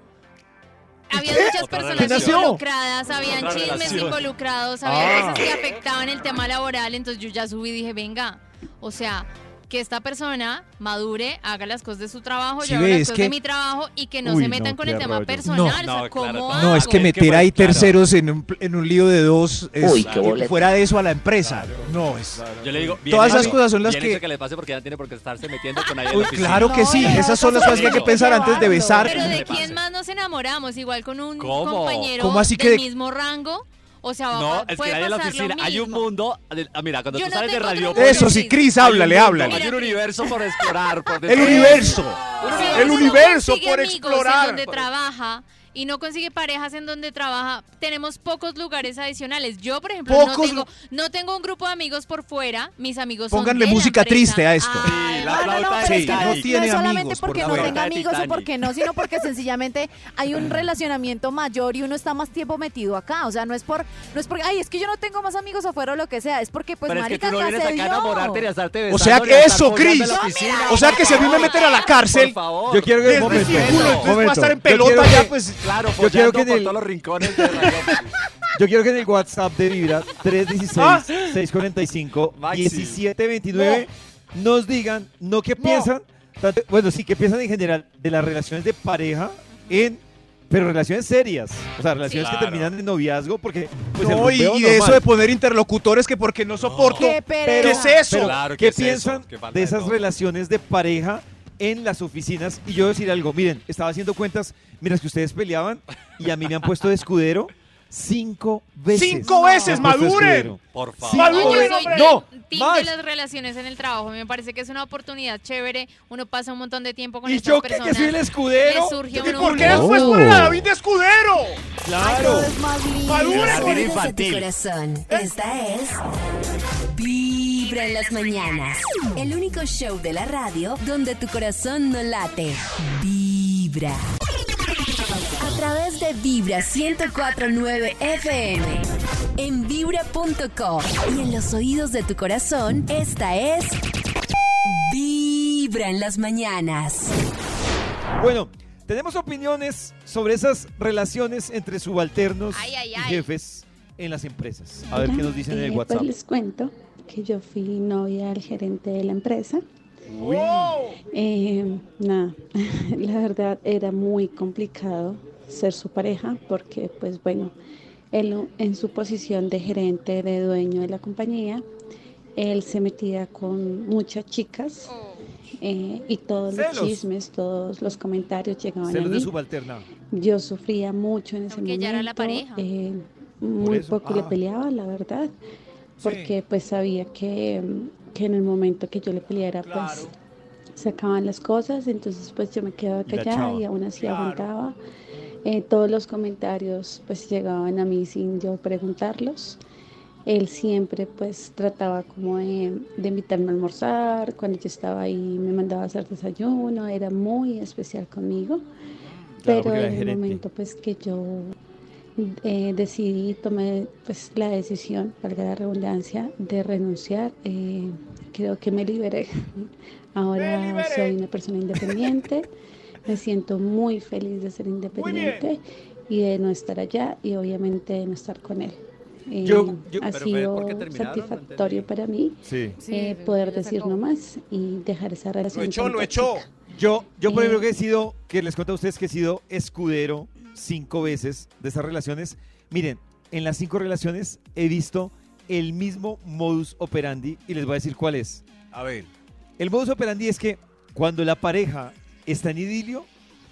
Había
¿Qué?
muchas
Otra
personas
relación.
involucradas, habían
Otra
chismes
relación.
involucrados,
Ah.
había cosas que afectaban el tema laboral, entonces yo ya subí y dije, venga, o sea, que esta persona madure, haga las cosas de su trabajo,
Sí,
yo hago
ve,
las
es
cosas
que-
de mi trabajo y que no
Uy,
se metan
no,
con
qué
el tema
rollo.
personal.
No.
o sea, ¿cómo
No, es
hago?
que meter ahí terceros en un, en un lío de dos es-
Uy, qué boleta.
fuera de eso a la empresa. No, es.
Yo le digo, bien
Todas
hecho,
esas cosas son las
bien
que-
hecho que le pase porque ya no tiene por qué estarse metiendo con nadie. en
Uy,
la oficina.
claro que sí, esas son las cosas que hay que pensar antes de besar.
Pero de quién más nos enamoramos, igual con un
¿Cómo?
compañero
¿Cómo así que
del
de-
mismo rango. O sea, va-
No, es que
puede
nadie en la
pasar lo
oficina. Hay un
mismo.
mundo. de- ah, Mira, cuando
Yo
tú
no
sales de
tengo
radio.
otro Eso
sí,
Hay
Cris,
un
háblale,
mundo,
háblale.
Hay un universo por explorar. Por
El
descubrir.
universo.
Si
El
uno no
universo
consigue
por
amigos
explorar.
En donde trabaja y no consigue parejas en donde trabaja, tenemos pocos lugares adicionales. Yo, por ejemplo, no
Pocos
tengo, no tengo un grupo de amigos por fuera. Mis amigos son
Pónganle
de la
música
empresa.
triste a esto.
la
No, no, no,
flauta
pero
de
es que no,
Titanic.
no
Tiene
es solamente
amigos, por
porque no
favor.
tenga
Flauta de
amigos o
Titanic.
porque no, sino porque sencillamente hay un relacionamiento mayor y uno está más tiempo metido acá. O sea, no es por, no es porque, ay, es que yo no tengo más amigos afuera o lo que sea, es porque pues
Pero es que
marica
tú no
ya
vienes
se
acá a
dio.
enamorarte ni a estarte
O sea
besando, ni
que
a estar
eso,
follando en
Cris.
la oficina.
O sea que si a mí me meten a la cárcel,
Yo quiero que
Qué respeto. Entonces,
momento.
va a estar en
Yo
pelota
quiero
ya,
que-
pues,
claro,
yo quiero
follando
que en
por
el-
todos los rincones.
Yo quiero que en el WhatsApp de Vibra 316-645-1729 nos digan, no qué piensan, tanto- bueno, sí, qué piensan en general de las relaciones de pareja en pero relaciones serias, o sea, relaciones que
Claro.
terminan de noviazgo porque pues, el
No, y,
rumbeo
y de eso
normal.
de poner interlocutores que porque no soporto.
Pero-
¿Qué es eso?
pero, ¿Qué, piensan de esas relaciones de pareja en las oficinas? Y yo decir algo, miren, estaba haciendo cuentas, mira es que ustedes peleaban y a mí me han puesto de escudero cinco veces.
¡Cinco
Me han
veces!
puesto de
¡Maduren!
escudero.
Por favor.
Cinco
Yo
veces.
soy del
No,
team
más.
de las relaciones en el trabajo. Me parece que es una oportunidad chévere. Uno pasa un montón de tiempo con
¿Y
estas
yo qué, que
personas.
soy el escudero?
Le surge
¿Y
uno
por qué
un-
después ponen a David de escudero?
Claro.
Las
Madure con
heridas de tu corazón. Esta es Vibra en las mañanas. El único show de la radio donde tu corazón no late. Vibra. A través de Vibra 1049 FM. En vibra.com. Y en los oídos de tu corazón, esta es Vibra en las mañanas.
Bueno, tenemos opiniones sobre esas relaciones entre subalternos y jefes en las empresas. A ver qué nos dicen en el
Eh,
WhatsApp.
Pues les cuento que yo fui novia del gerente de la empresa.
Uy.
Eh, nada, la verdad era muy complicado ser su pareja porque, pues bueno, él en su posición de gerente, de dueño de la compañía, él se metía con muchas chicas eh, y todos los
Oh. Celos.
chismes, todos los comentarios llegaban a
Celos de
mí.
subalterna.
Yo sufría mucho en ese momento.
ya era la pareja.
eh, muy
eso,
poco le
ah.
peleaba, la verdad. Porque pues sabía que, mm, que en el momento que yo le peleara, pues se acababan las cosas. Entonces pues yo me quedaba
Y la
callada
echaba,
y, aún así aguantaba. Eh, todos los comentarios pues llegaban a mí sin yo preguntarlos. Él siempre pues trataba como de, de invitarme a almorzar. Cuando yo estaba ahí me mandaba a hacer desayuno. Era muy especial conmigo. Pero
Claro, porque era
en el
gerente.
momento pues que yo eh, decidí, tomé pues la decisión, valga la redundancia, de renunciar, eh, creo que me liberé. Ahora soy una persona independiente, me siento muy feliz de ser independiente y de no estar allá y obviamente de no estar con él. Eh,
Yo- yo-
ha
Pero fue
sido
porque terminaron, no
satisfactorio para mí
Sí.
eh, poder decir no más y dejar esa relación.
echó,
tan
lo
tóxica.
echó.
Yo, yo por ejemplo que he sido, que les cuento a ustedes que he sido escudero cinco veces de esas relaciones. Miren, en las cinco relaciones he visto el mismo modus operandi y les voy a decir cuál es.
A ver.
El modus operandi es que cuando la pareja está en idilio,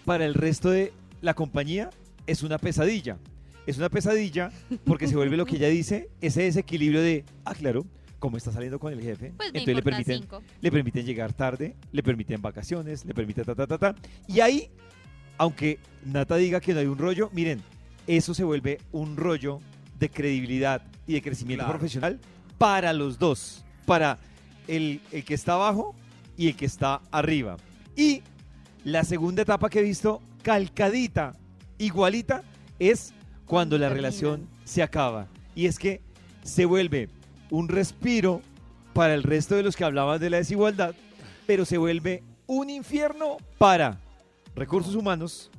para el resto de la compañía es una pesadilla. Es una pesadilla porque se vuelve lo que ella dice, ese desequilibrio de, ah, claro, como está saliendo con el jefe,
Pues me
entonces le
importan
permiten,
cinco.
le permiten llegar tarde, le permiten vacaciones, le permiten ta, ta, ta, ta. Y ahí, aunque Nata diga que no hay un rollo, miren, eso se vuelve un rollo de credibilidad y de crecimiento
Claro.
profesional para los dos, para el, el que está abajo y el que está arriba. Y la segunda etapa que he visto, calcadita, igualita, es cuando la relación se acaba. Y es que se vuelve un respiro para el resto de los que hablaban de la desigualdad, pero se vuelve un infierno para recursos humanos,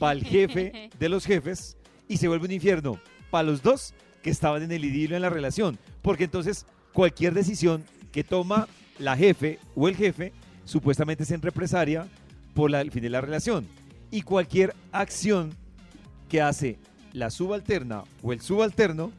para el jefe de los jefes, y se vuelve un infierno para los dos que estaban en el idilio en la relación. Porque entonces cualquier decisión que toma la jefe o el jefe supuestamente es en represaria por la- el fin de la relación. Y cualquier acción que hace la subalterna o el subalterno,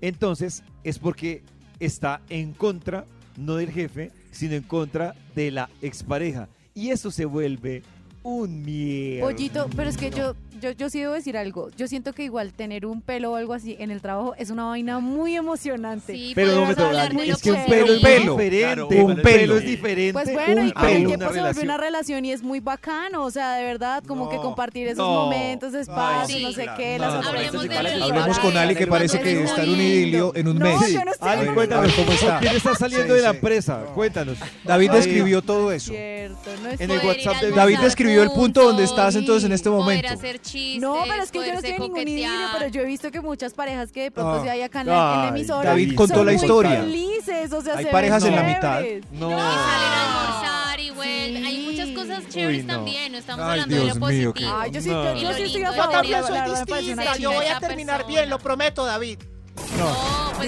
entonces es porque está en contra, no del jefe, sino en contra de la expareja. Y eso se vuelve un miedo.
Pollito, pero es que yo, yo, yo sí debo decir algo. Yo siento que igual tener un pelo o algo así en el trabajo es una vaina muy emocionante.
Pero no me
podemos hablar de
es
lo
que un
sea.
pelo es
Claro,
diferente.
un
un
pelo.
pelo es diferente.
Pues bueno,
un
y con el
pelo.
tiempo se vuelve
relación.
una relación y es muy bacano, o sea, de verdad, como que compartir esos
no,
momentos, espacios, no sé qué, las
Hablemos,
oportunidades.
con Ali que parece que está en un idilio en un
No,
mes.
yo no estoy
A
Ali,
ver, a
cuéntanos
ver cómo está.
¿Quién está saliendo
Sí,
de la
sí.
empresa? Cuéntanos.
David
Ahí.
describió todo eso.
Cierto, no
En el
estoy-
WhatsApp de
David describió el punto donde estás entonces en este
Poder
momento.
hacer chistes,
No, pero es que yo no
poderse
estoy en ningún
coquetear.
idilio, pero yo he visto que muchas parejas que de pronto
Ah.
se hay acá en la, en la
Ay,
emisora.
David contó
son
la
muy
historia.
felices, o sea,
Hay
se ven
parejas en la mitad.
chéveres.
No.
almorzar y vuelve. Hay muchas cosas chéveres
Uy, no.
también, no estamos
Ay,
hablando de lo
Dios mío,
positivo.
qué- Ay, yo sí-
Y
yo-
lo
yo sí
estoy
lindo
a
de
favor.
la
Yo también
vida.
soy
Me parece una
distinta. Yo voy a
chimera
terminar
persona.
bien, lo prometo, David.
pues,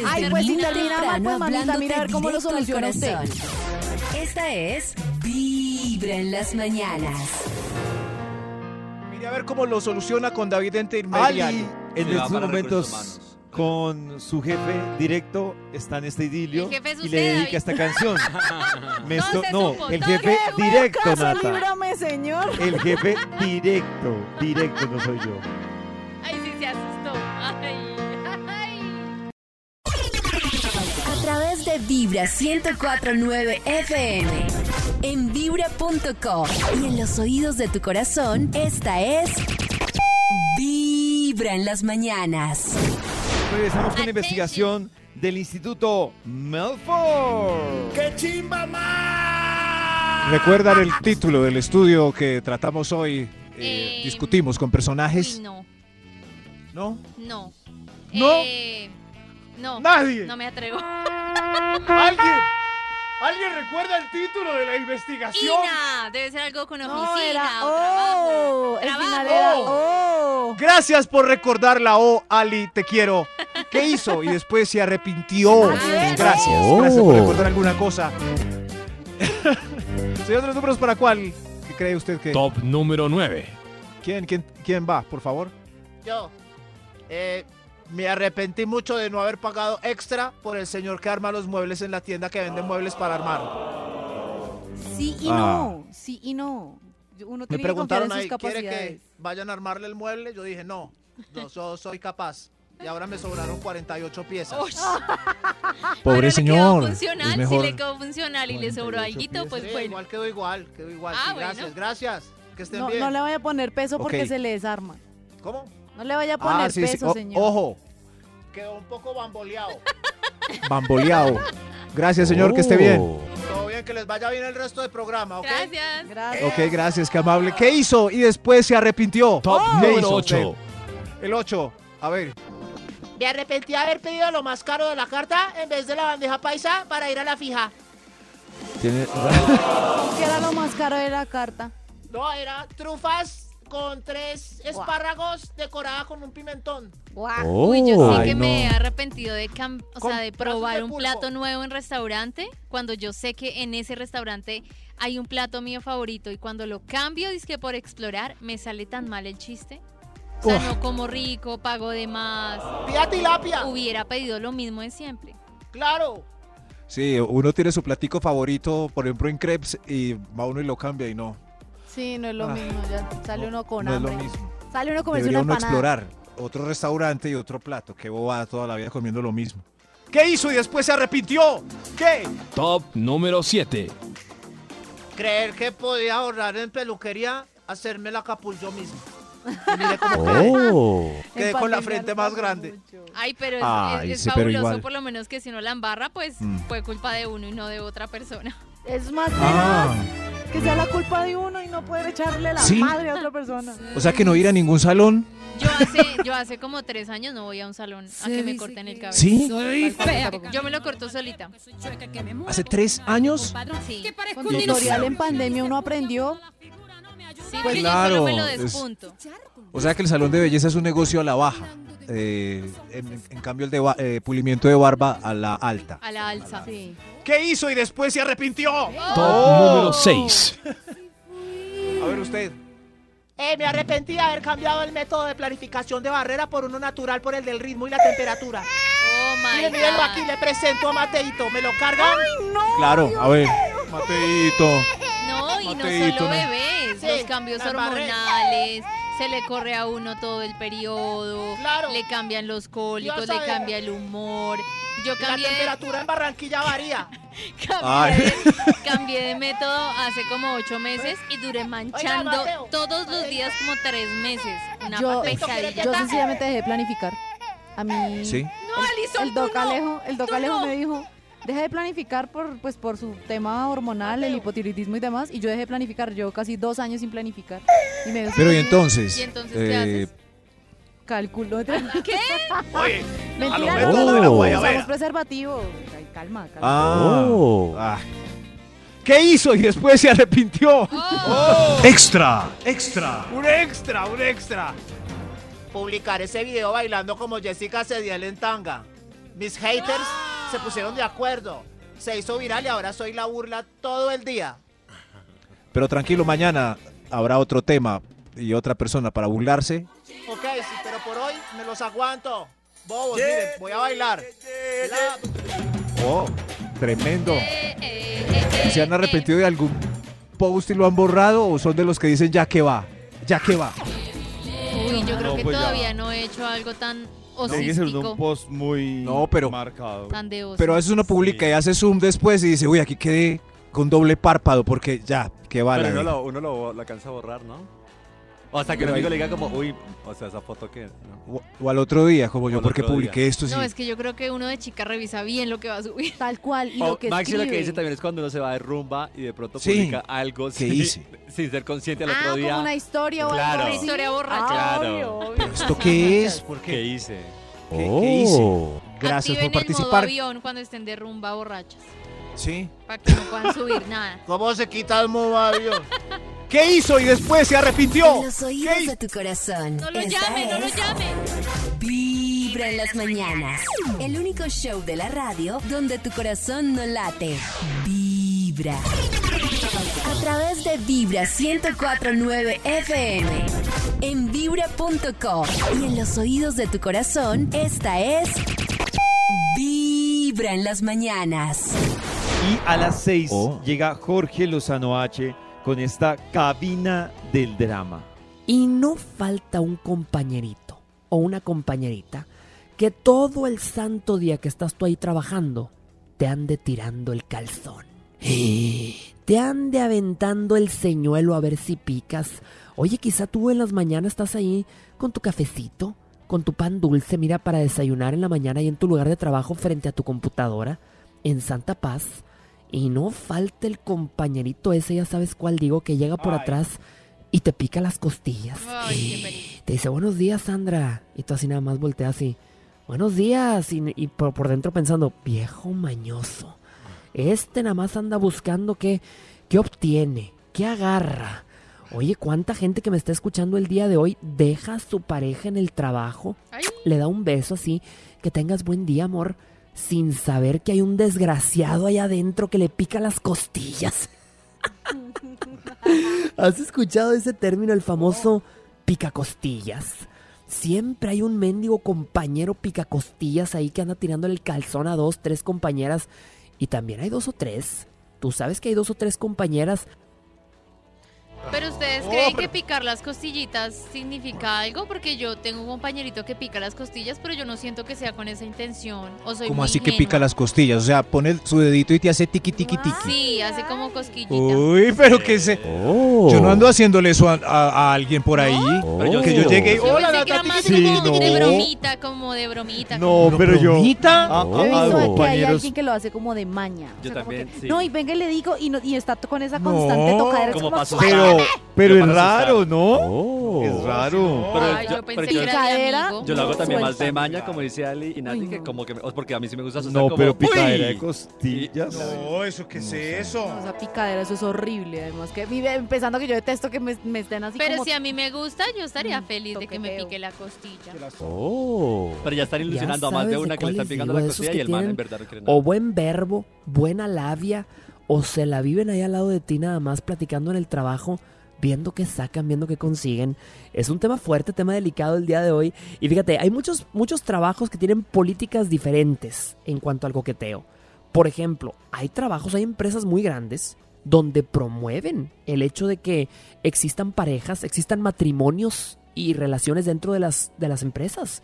Ay, pues si termina mal, pues mamita,
hablándote
mirar cómo lo
directo al
soluciona usted.
corazón. Esta es Vibra en las mañanas.
Mire a ver cómo lo soluciona con David
Ali,
Intermediario.
en
Sí, va
estos
para recursos
momentos, con su jefe directo, está en este idilio
El jefe es
y
usted,
le dedica esta canción. Me
Todo
esto-
se
no,
supo,
el
todo
jefe
se supo.
directo,
Caso,
Nata.
líbrame, señor.
El jefe directo, directo no soy yo.
Ay, sí, se asustó. Ay, ay.
A través de Vibra 1049 FM. En vibra.com. Y en los oídos de tu corazón, esta es Vibra en las mañanas.
Regresamos con la investigación del Instituto Melford.
¡Qué chimba más!
¿Recuerdan el título del estudio que tratamos hoy? Eh, discutimos con personajes.
Uy, no,
¿No?
no.
¿No?
Eh, no.
Nadie.
No me atrevo.
¿Alguien? ¿Alguien recuerda el título de la investigación?
Ina, debe ser algo con
No,
oficina.
era-
o trabajo.
el
Trabajo.
final era,
Oh. Gracias por recordar la O, Ali, te quiero. ¿Qué hizo? Y después se arrepintió. Gracias.
Oh.
Gracias por recordar alguna cosa. Señor de los números, ¿para cuál ¿Qué cree usted que?
Top número 9.
¿Quién, quién, quién va, por favor?
Yo. Eh, me arrepentí mucho de no haber pagado extra por el señor que arma los muebles en la tienda que vende muebles para armar.
Sí y
Ah.
no, sí y no. Uno
Me
tiene que confiar
preguntaron
en sus
ahí, ¿quiere
capacidades.
que vayan a armarle el mueble? Yo dije, no, no so- soy capaz. Y ahora me sobraron 48 piezas.
Pobre
Pero le
señor,
Quedó funcional.
es mejor.
Si le quedó funcional y le sobró algo, pues
Sí,
bueno.
Igual quedó igual, quedó igual.
Ah,
Sí,
bueno.
Gracias, gracias. Que estén
No,
bien.
no le vaya a poner peso porque
Ok.
se le desarma.
¿Cómo?
No le vaya a poner
Ah, sí, Oh, sí.
peso,
O-
señor.
Ojo,
Quedó un poco bamboleado.
bamboleado. Oh. Gracias, señor, que esté bien.
Uh. Todo bien, que les vaya bien el resto del programa, ¿ok?
Gracias.
Gracias.
Ok, gracias, qué amable. ¿Qué hizo? Y después se arrepintió.
Top
¿Qué
número
hizo
ocho.
usted? El 8. A ver.
Me arrepentí de haber pedido lo más caro de la carta en vez de la bandeja paisa para ir a la fija.
Tiene-
Que era lo
oh.
más caro de la carta.
No, era trufas con tres espárragos decorada con un pimentón.
Guau.
Oh,
Uy, yo sí
ay,
que me he
no.
arrepentido de, cam- o sea, de
pedazos de
probar un
pulpo.
plato nuevo en restaurante cuando yo sé que en ese restaurante
hay un plato mío favorito y cuando lo cambio, que por explorar, me sale tan mal el chiste. O sea,
Uf.
no como rico, pago de más.
Pida tilapia.
Hubiera pedido lo mismo de siempre.
¡Claro!
Sí, uno tiene su platico favorito, por ejemplo, en crepes, y va uno y lo cambia y no.
Sí, no es lo
Ah,
mismo, ya sale uno con
no es lo
hambre.
mismo.
Sale uno a comerse
Debería
una
uno
empanada.
explorar otro restaurante y otro plato. Qué bobada toda la vida comiendo lo mismo.
¿Qué hizo y después se arrepintió? ¿Qué?
Top número 7.
Creer que podía ahorrar en peluquería, hacerme la capul yo mismo.
Oh.
Quedé con la frente más grande.
Ay, pero es,
Ay,
es- es
sí, pero
fabuloso,
igual.
por lo menos que si no la embarra, pues fue culpa de uno y no de otra persona.
Es más
Ah.
tenaz que sea la culpa de uno y no poder echarle la
Sí.
madre a otra persona.
O sea que no ir a ningún salón.
Yo hace, yo hace como tres años no voy a un salón a que me corten el cabello.
¿Sí?
Soy
Tal cual,
fea. Yo me lo corto solita.
Hace tres años.
Sí.
Con tutorial en pandemia uno aprendió.
Sí,
Pues
pues
claro,
yo solo me lo
es-
despunto.
O sea que el salón de belleza es un negocio a la baja. Eh, en, en cambio, el de ba- eh, pulimiento de barba a la alta.
A la alza.
¿Qué hizo y después se arrepintió? ¡Oh!
Top número 6.
A ver usted.
Eh, me arrepentí de haber cambiado el método de planificación de barrera por uno natural por el del ritmo y la temperatura.
Oh my
Miren, mírenlo aquí, le presento a Mateito. ¿Me lo cargan?
Claro, a ver. Mateito.
No, y no
Mateito, ¿no?
solo bebés,
Sí,
los cambios
las barreras.
hormonales, se le corre a uno todo el periodo, le cambian los cólicos,
Dios
le
sabe.
cambia el humor. Yo
La
cambié,
temperatura en Barranquilla varía.
cambié,
Ay.
cambié de método hace como ocho meses y duré manchando
Mateo,
todos los días como tres meses. Una
Yo,
pecadilla.
yo sencillamente dejé de planificar. A mí.
Sí.
No, Alison,
El
tú
doc
no.
Alejo, el doc
Tú
Alejo
no.
me dijo, deja de planificar por, pues, por su tema hormonal, el hipotiroidismo y demás. Y yo dejé de planificar. Yo casi dos años sin planificar. Y me
Pero
dio
y
súper bien.
entonces. eh,
Cálculo.
¿Qué?
Oye, mentira,
a lo
no,
mejor la guayabera.
usamos preservativo. Ay, Calma, calma.
Ah.
Ah. ¿Qué hizo y después se arrepintió?
Oh.
Extra. Extra.
Un extra, un extra. Publicar ese video bailando como Jessica Sediel en tanga. Mis haters se pusieron de acuerdo. Se hizo viral y ahora soy la burla todo el día.
Pero tranquilo, mañana habrá otro tema y otra persona para burlarse.
Ok, sí, pero por hoy me los aguanto. Bobos, miren, voy a bailar. La- Eh,
Oh, tremendo. ¿Se han arrepentido de algún post y lo han borrado o son de los que dicen ya que va? Ya que va.
Uy, yo creo
No,
que
pues ya.
todavía no he hecho algo tan
Tiene que ser
osístico,
un post muy
No, pero-
marcado.
tan de oso.
Pero a veces uno publica y hace zoom después y dice, uy, aquí quedé con doble párpado porque ya, que va.
Pero
la
uno
dejé".
lo, uno lo, lo alcanza a borrar, ¿no? O hasta que
Pero
un amigo
ahí-
le diga como, uy, o sea, esa foto que... ¿no?
O, o al otro día, como yo,
al
porque
otro día.
publiqué esto? Sí.
No, es que yo creo que uno de chica revisa bien lo que va a subir.
Tal cual, y
O Maxi lo que dice también es cuando uno se va de rumba y de pronto
Sí.
publica algo
¿Qué
sin,
hice?
sin ser consciente al
Ah,
otro día.
como una historia o algo
Claro.
así.
Una historia
borracha.
Ah,
Claro.
obvio, obvio.
¿Pero esto qué es?
¿Por qué? ¿Qué hice?
¿Qué, qué hice?
Oh.
Gracias
Activen
por
el modo
participar.
avión cuando estén de rumba borrachas.
Sí.
Para que no puedan subir nada.
¿Cómo se quita el movario?
¿Qué hizo y después se arrepintió?
En los oídos de tu corazón.
No lo llamen, no lo llamen.
Vibra en las mañanas. El único show de la radio donde tu corazón no late. Vibra. A través de Vibra 1049 FM. En vibra.com. Y en los oídos de tu corazón, esta es. Vibra en las mañanas.
Y a las 6
Oh.
llega Jorge Lozano H con esta cabina del drama.
Y no falta un compañerito o una compañerita que todo el santo día que estás tú ahí trabajando te ande tirando el calzón. Te ande aventando el señuelo a ver si picas. Oye, quizá tú en las mañanas estás ahí con tu cafecito, con tu pan dulce, mira, para desayunar en la mañana y en tu lugar de trabajo frente a tu computadora, en Santa Paz. Y no falta el compañerito ese, ya sabes cuál digo, que llega por atrás y te pica las costillas. Te dice, buenos días, Sandra. Y tú así nada más volteas y, buenos días. Y, y por, por dentro pensando, viejo mañoso. Este nada más anda buscando qué, qué obtiene, qué agarra. Oye, cuánta gente que me está escuchando el día de hoy deja a su pareja en el trabajo, le da un beso así, que tengas buen día, amor, sin saber que hay un desgraciado allá adentro que le pica las costillas. ¿Has escuchado ese término, el famoso picacostillas? Siempre hay un mendigo compañero picacostillas ahí que anda tirándole el calzón a dos, tres compañeras. Y también hay dos o tres. Tú sabes que hay dos o tres compañeras
Pero ustedes creen que picar las costillitas significa algo porque yo tengo un compañerito que pica las costillas, pero yo no siento que sea con esa intención. O soy
Como
muy
así que
ingenua.
pica las costillas. O sea, pone su dedito y te hace tiqui tiqui tiqui.
Sí, hace como cosquillita.
Uy, pero que se. Yo no ando haciéndole eso a, a- a alguien por ahí.
yo
Que
sí.
yo llegue y.
Yo
Hola,
pensé que era
Nata,
más
tiqui,
como
tiqui,
de
tiqui.
bromita, como de bromita.
No,
como-
pero yo.
¿Bromita?
a-
Yo Ah, he
a- a
visto que hay
compañeros-
alguien que lo hace como de maña. O
Yo
sea, como
también,
que,
sí.
No, y venga y le digo, y, no- y está con esa constante tocadera. es
como
como,
pa' asustar.
Pero, pero
Yo
es
para asustar.
raro, ¿no? Es raro.
Pero
Ay,
yo,
yo
pero
pensé
yo-
que era de amigo.
yo lo hago también más de
Suéltame.
maña, como dice Ali y Nati, que como que me- porque a mí sí me gusta asustar
No,
como,
pero picadera
"Uy".
de costillas.
No, eso qué es eso.
No, esa picadera, eso es horrible. Además, que vive empezando que yo detesto que me, me estén así
Pero
como... Mm,
si a mí me gusta, yo estaría feliz de que me pique la costilla.
Oh.
Pero ya están
Ya
ilusionando a más de
sabes
una que le
cuáles
están picando
digo,
la
de esos
costilla
que
y el man en
tienen
verdad no quiere nada.
O buen verbo, buena labia, o se la viven ahí al lado de ti nada más platicando en el trabajo, viendo qué sacan, viendo qué consiguen. Es un tema fuerte, tema delicado el día de hoy. Y fíjate, hay muchos, muchos trabajos que tienen políticas diferentes en cuanto al coqueteo. Por ejemplo, hay trabajos, hay empresas muy grandes donde promueven el hecho de que existan parejas, existan matrimonios y relaciones dentro de las, de las empresas.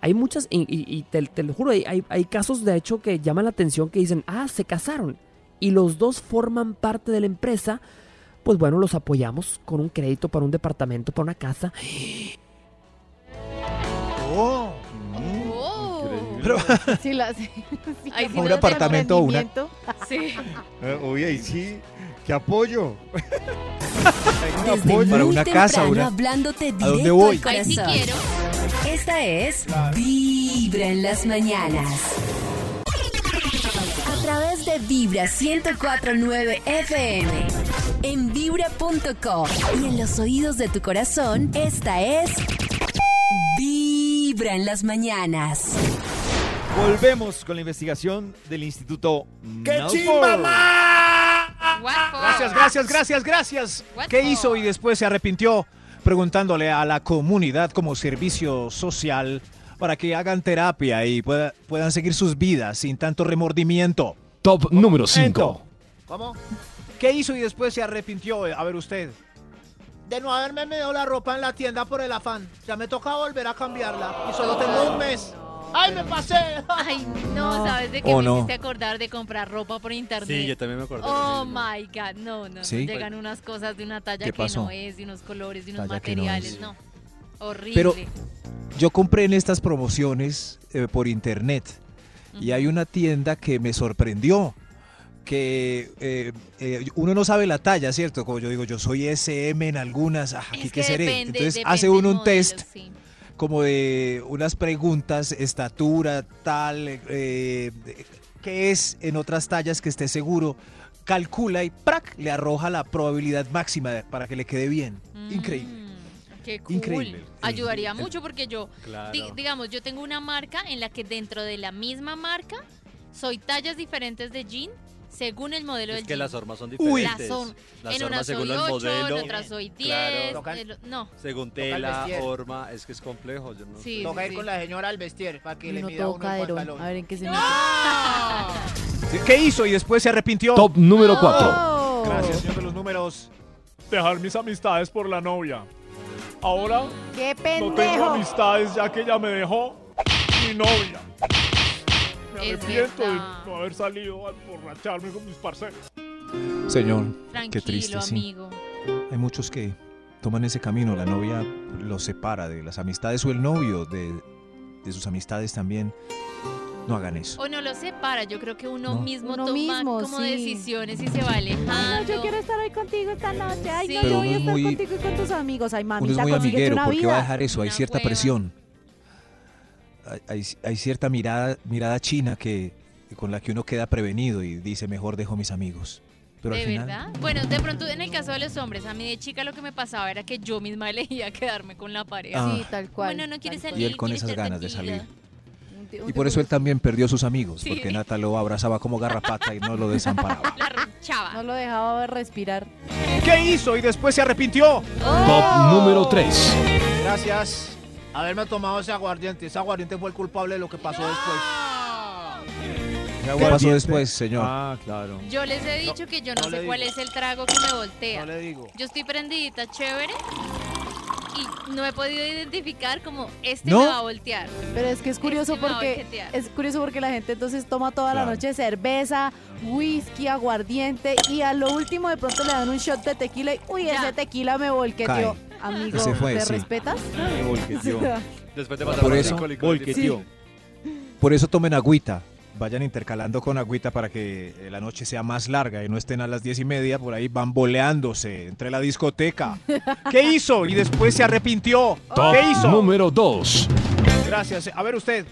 Hay muchas, y, y- y te, te lo juro, hay, hay- hay casos de hecho que llaman la atención que dicen, ah, se casaron y los dos forman parte de la empresa, pues bueno, los apoyamos con un crédito para un departamento, para una casa.
Mm.
Sí, la, sí, sí,
Ay,
la-
sí,
Un apartamento o una-
rendimiento.
Sí.
Eh, Oye, y sí, qué apoyo.
Desde
Apoyo.
muy temprano, hablándote directo
dónde voy?
al corazón.
Ay, sí quiero.
Esta es Vibra en las mañanas. A través de Vibra 104.9 FM. En Vibra.com. Y en los oídos de tu corazón, esta es Vibra en las mañanas.
Volvemos con la investigación del Instituto
¡Qué
Milford.
chimba, Gracias, gracias, gracias, gracias. ¿Qué hizo y después se arrepintió? Preguntándole a la comunidad como servicio social para que hagan terapia y pueda- puedan seguir sus vidas sin tanto remordimiento.
Top número 5.
¿Cómo?
¿Qué hizo y después se arrepintió? A ver usted.
De no haberme medido la ropa en la tienda por el afán. Ya me toca volver a cambiarla. Y solo tengo un mes. ¡Ay, me pasé!
Ay, no, ¿sabes de qué
Oh,
me
no.
hiciste acordar de comprar ropa por internet?
Sí, yo también me acordé de
Oh
lo
my god, no, no,
¿Sí?
no, llegan unas cosas de una talla
¿Qué
que
pasó?
no es, de unos colores, de unos
Talla que no
materiales,
es.
no, Horrible.
Pero yo compré en estas promociones eh, por internet y hay una tienda que me sorprendió. Que eh, eh, uno no sabe la talla, ¿cierto? Como yo digo, yo soy SM en algunas, ah, ¿qué, qué seré?
depende-
Entonces
depende
hace
del
uno un
modelo,
test
sí.
como de unas preguntas, estatura, tal, eh, eh, qué es en otras tallas que esté seguro, calcula y ¡prac! le arroja la probabilidad máxima de- para que le quede bien.
Mm.
Increíble.
Qué cool.
Increíble.
Ayudaría mucho porque yo,
Claro.
di- digamos, yo tengo una marca en la que dentro de la misma marca soy tallas diferentes de jean según el modelo
Es
del
que
jean.
las hormas son
Uy.
diferentes.
Las horm-
Las
en
hormas
unas
según
soy
el
8,
modelo.
en otras soy 10.
Tocan-
el-
Oh.
no.
Según
Toca el
tela,
vestir.
horma, es que es complejo. Yo no sé.
toca ir con la señora al vestir para que
Y
le
no
mida
todo
uno el
caderón.
pantalón.
A ver en qué se
¡No!
¿Qué hizo y después se arrepintió?
Top número
Oh.
No.
Oh.
cuatro.
Gracias, señor de los números. Dejar mis amistades por la novia. Ahora
¡Qué
no tengo
pendejo!
amistades ya que ella me dejó mi novia. Me
Es
arrepiento de
verdad.
no haber salido a borracharme con mis parceros.
Señor,
Tranquilo,
qué triste, sí.
amigo.
Hay muchos que toman ese camino, la novia los separa de las amistades o el novio de, de sus amistades también. No hagan
Oh,
eso.
O no lo separa, yo creo que uno
No.
mismo
Uno
toma
mismo,
como
sí.
decisiones y se va
Ay,
alejando.
no, yo quiero estar hoy contigo esta noche. Ay, no,
Pero
yo
uno
voy a
es
estar
muy-
contigo y con tus amigos. Ay,
Uno es
mamita,
muy
consíguete
amiguero,
una
porque va a
vida.
dejar eso? Hay cierta presión. Hay, hay- hay cierta mirada, mirada china que, con la que uno queda prevenido y dice, mejor dejo mis amigos. Pero al
¿De
final,
verdad? Bueno, de pronto en el caso de los hombres, a mí de chica lo que me pasaba era que yo misma elegía quedarme con la pareja.
Ah. Sí,
tal
cual. Bueno, no quieres salir.
y él con
quieres
esas
estar
ganas de
tranquila.
salir. Y por eso él también perdió sus amigos,
Sí.
porque Nata lo abrazaba como garrapata y no lo desamparaba.
Ah, Chava.
No lo dejaba respirar.
¿Qué hizo y después se arrepintió?
Top
Oh.
número 3.
Gracias. Haberme tomado ese aguardiente. Ese aguardiente fue el culpable de lo que pasó después.
¿Qué pasó después, señor?
Ah, claro.
Yo les he dicho que yo no,
no
sé
le
cuál
digo.
es el trago que me voltea.
No le digo.
Yo estoy prendidita chévere y no he podido identificar como este
¿No?
me va a voltear.
Pero es que es curioso
Este me va a
porque
voltear.
es curioso porque la gente entonces toma toda la
Claro.
noche cerveza, whisky, aguardiente y a lo último de pronto le dan un shot de tequila y uy, ese tequila me volqueteó.
Cae.
Amigo,
Ese fue,
¿te
sí.
respetas?
Me volqueteó. Después de pasar
Por
un
eso,
alcohólico,
volqueteó. Por eso tomen agüita. Vayan intercalando con agüita para que eh, la noche sea más larga y no estén a las diez y media por ahí bamboleándose entre la discoteca.
¿Qué hizo y después se arrepintió?
Top
¿Qué hizo?
número 2.
Gracias. A ver usted.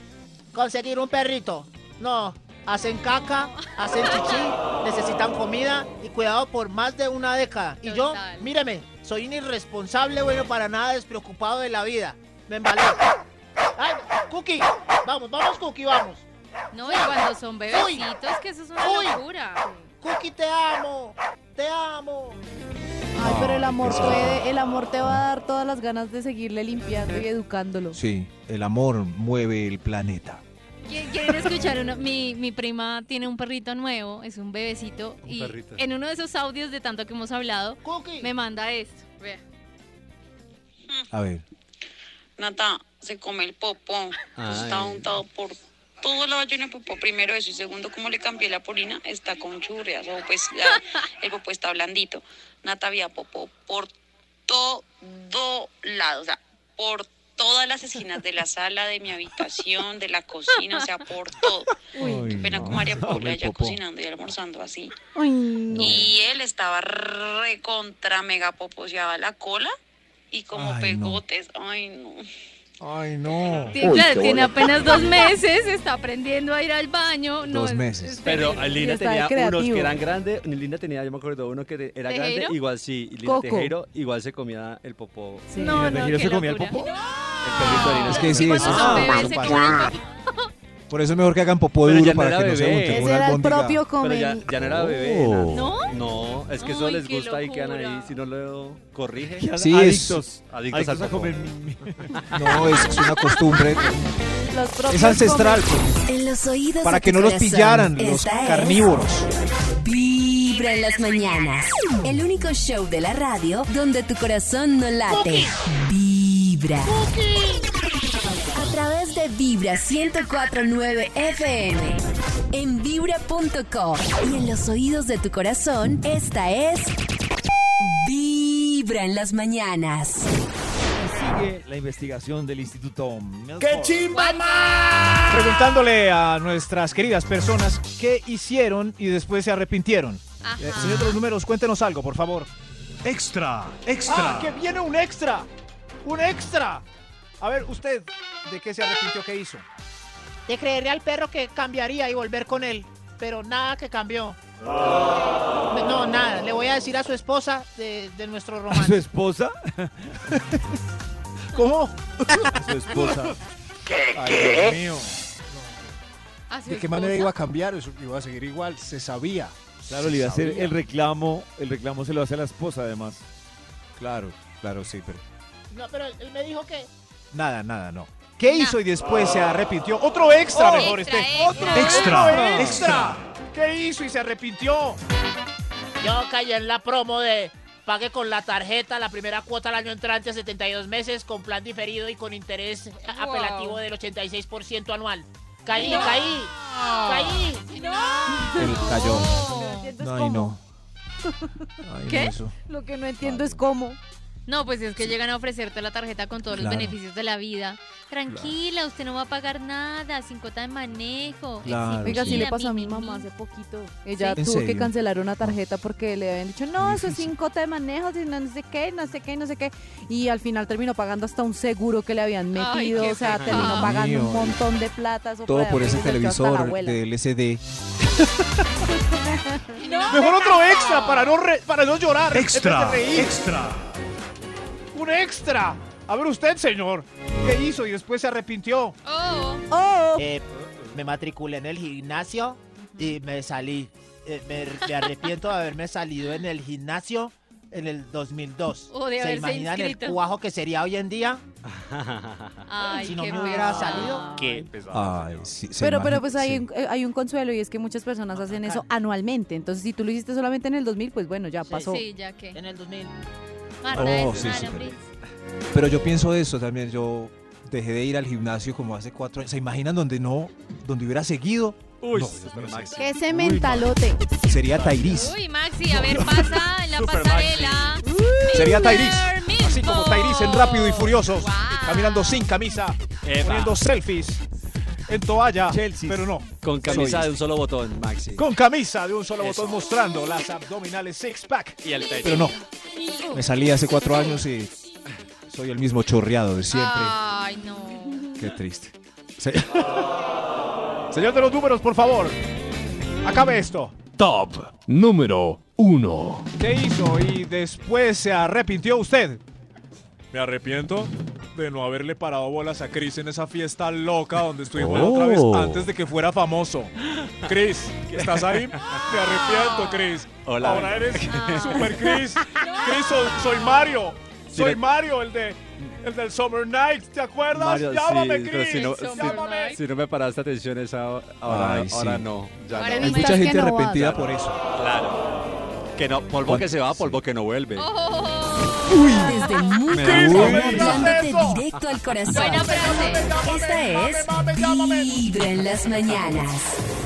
Conseguir un perrito. No, hacen caca, hacen chichi, necesitan comida y cuidado por más de una década. Y yo, míreme, soy un irresponsable, bueno, para nada despreocupado de la vida. Me embalé. ¡Ay, Cookie! Vamos, vamos, Cookie, vamos.
No, y cuando son bebecitos, que eso es una locura.
Cookie, te amo. Te amo.
Ay, pero
Ah,
el amor puede, el amor te va a dar todas las ganas de seguirle limpiando y educándolo.
Sí, el amor mueve el planeta.
¿Qui- ¿Quieren escuchar uno? Mi, mi prima tiene un perrito nuevo, es un bebecito. y
perrito.
en uno de esos audios de tanto que hemos hablado, me manda esto. vea.
A ver.
Nata se come el popó. Entonces,
Ay.
Está untado por todo lado lleno de popó. Primero eso. Y segundo, como le cambié la porina, está con churrias. O pues la- el popó está blandito. Nata había popó por todo lado. O sea, por todas las esquinas de la sala, de mi habitación, de la cocina. O sea, por todo. Qué pena con María Paula ya cocinando y almorzando así. Y él estaba re contra mega poposeaba la cola y como
Ay, no.
pegotes. Ay, no.
Ay, no.
Tiene, claro, tiene apenas dos meses, está aprendiendo a ir al baño. no
Dos
es-
meses.
es
Pero
terrible.
Lina
Está
tenía
creativo.
unos que eran grandes. Lina tenía, yo me acuerdo, uno que era
¿Tejero?
grande, igual sí. Y Lina
Coco.
Tejero, igual se comía el popó.
Sí. No, Lina no, Tejero qué se comía el locura. popó.
El perrito de Lina
Es
se
que sí,
comía el
eso
popó.
es- Por eso es mejor que hagan popó duro
no
para
era
que no se
bebé.
unten.
Ese
una
era el
albóndiga.
propio
Pero ya,
comen-
ya no era bebé.
Oh.
¿No? No, es que eso
Ay,
les
qué
gusta y quedan ahí. Si no lo corrige.
Sí, es-
adictos. Adictos,
Adictos
al
a
popó.
comer No, es, es una costumbre.
Los
Es
propios
ancestral. pues.
En los oídos
Para
de
que
tu
no los
corazón,
pillaran los
esta es
carnívoros.
Vibra en las mañanas. El único show de la radio donde tu corazón no late. Vibra. A través de Vibra 1049 FM. En vibra.com. Y en los oídos de tu corazón, esta es. Vibra en las mañanas.
Sigue la investigación del Instituto Milford.
¡Qué chimba, man! Preguntándole a nuestras queridas personas qué hicieron y después se arrepintieron. Eh, señor de los números, cuéntenos algo, por favor. Extra,
extra.
Ah, que viene un extra. Un extra. A ver, usted, ¿de qué se arrepintió? ¿Qué hizo?
Te creeré al perro que cambiaría y volver con él, pero nada que cambió. No, nada. Le voy a decir a su esposa de, de nuestro romance.
¿Su esposa?
¿Cómo?
Su esposa.
Ay, Dios mío.
¿A su
¿De qué manera
esposa?
iba a cambiar? Eso Iba a seguir igual. Se sabía.
Claro,
Se
le iba a hacer
sabía.
el reclamo. El reclamo se lo hace a la esposa, además.
Claro, claro, sí, pero.
No, pero él me dijo que.
Nada, nada, no.
¿Qué hizo y después se arrepintió? Otro extra,
Oh,
mejor
extra,
este.
extra.
Otro
Extra,
extra. extra. ¿Qué hizo y se arrepintió?
Yo caí en la promo de pague con la tarjeta la primera cuota al año entrante a 72 meses con plan diferido y con interés a-
Wow.
apelativo del 86% anual. Caí,
No.
caí, caí.
Él cayó.
entiendes
Ay, no. Ay,
¿Qué?
no, eso.
Lo que no entiendo es cómo.
No, pues es que llegan a ofrecerte la tarjeta con todos
Claro.
los beneficios de la vida. Tranquila, usted no va a pagar nada, sin cuota de manejo. pues,
Claro,
exigida,
Oiga, si le pasó a
pi,
mi
pi,
mamá
pi.
hace poquito. Ella
¿En
tuvo que
serio?
cancelar una tarjeta porque le habían dicho, no, eso es sin cota de manejo, si no, no sé qué, no sé qué, no sé qué. Y al final terminó pagando hasta un seguro que le habían
Ay,
metido.
qué
o sea,
pecado.
terminó
Dios
pagando un
mío.
montón de plata. eso
Todo
para
por ese
haberle hecho hasta la
televisor
abuela.
del SD.
Mejor otro extra para no, re- para no llorar.
Extra,
en vez de reír. Un extra. A ver usted, señor. ¿Qué hizo y después se arrepintió?
Oh.
Eh, me matriculé en el gimnasio y me salí. Eh, me, me arrepiento de haberme salido en el gimnasio en el 2002.
O Oh, de
¿Se
haberse
imaginan
inscrito.
el cuajo que sería hoy en día?
Ay,
si no
qué
me hubiera
pesar.
salido.
Qué pesado.
Ay, sí, se
pero, pero
imagina-
pues hay, un, eh, hay un consuelo y es que muchas personas hacen eso anualmente. Entonces, si tú lo hiciste solamente en el 2000, pues bueno, ya pasó.
Sí, ya que. En
el 2000.
Ah,
Marta
Oh,
es
sí,
una
sí,
lombriz.
Pero yo pienso eso también. Yo dejé de ir al gimnasio como hace cuatro años. ¿Se imaginan donde no, donde hubiera seguido?
Uy,
No,
Que ese mentalote.
sería Tairis.
Uy, Maxi, a ver, pasa en la
Super
pasarela.
Uh,
Sería Tairis. Así como Tairis en Rápido y Furiosos. Caminando sin camisa. Poniendo selfies. En toalla. Pero no.
Con camisa
Soy-
de un solo botón, Maxi.
Con camisa de un solo
Eso.
botón mostrando las abdominales six pack.
Y el pecho.
Pero no. Me salí hace cuatro años y soy el mismo chorreado de siempre.
Ah.
Ay, no.
Qué triste. Se-
Señor de los números, por favor. Acabe esto.
Top número 1.
¿Qué hizo? Y después se arrepintió usted. Me arrepiento de no haberle parado bolas a Chris en esa fiesta loca donde estuvimos la otra vez
Oh.
antes de que fuera famoso. Chris, ¿estás ahí? Me arrepiento, Chris.
Hola.
Ahora eres Super Chris. Chris, soy, soy Mario. Soy
Mira.
Mario, el de el del Summer Night, ¿te acuerdas?
Mario, sí,
Llámame,
pero
Chris.
si no,
Llámame.
si, si no me paraste atención esa ahora,
Ay, sí.
ahora no. Ya
Ahora
no.
Hay mucha gente arrepentida por eso.
Claro. Que no, polvo que se va, polvo que no vuelve.
Uy. Desde muy
Me
temprano,
gusta.
hablándote directo al corazón.
Buena frase.
Esta es Vibra en las mañanas.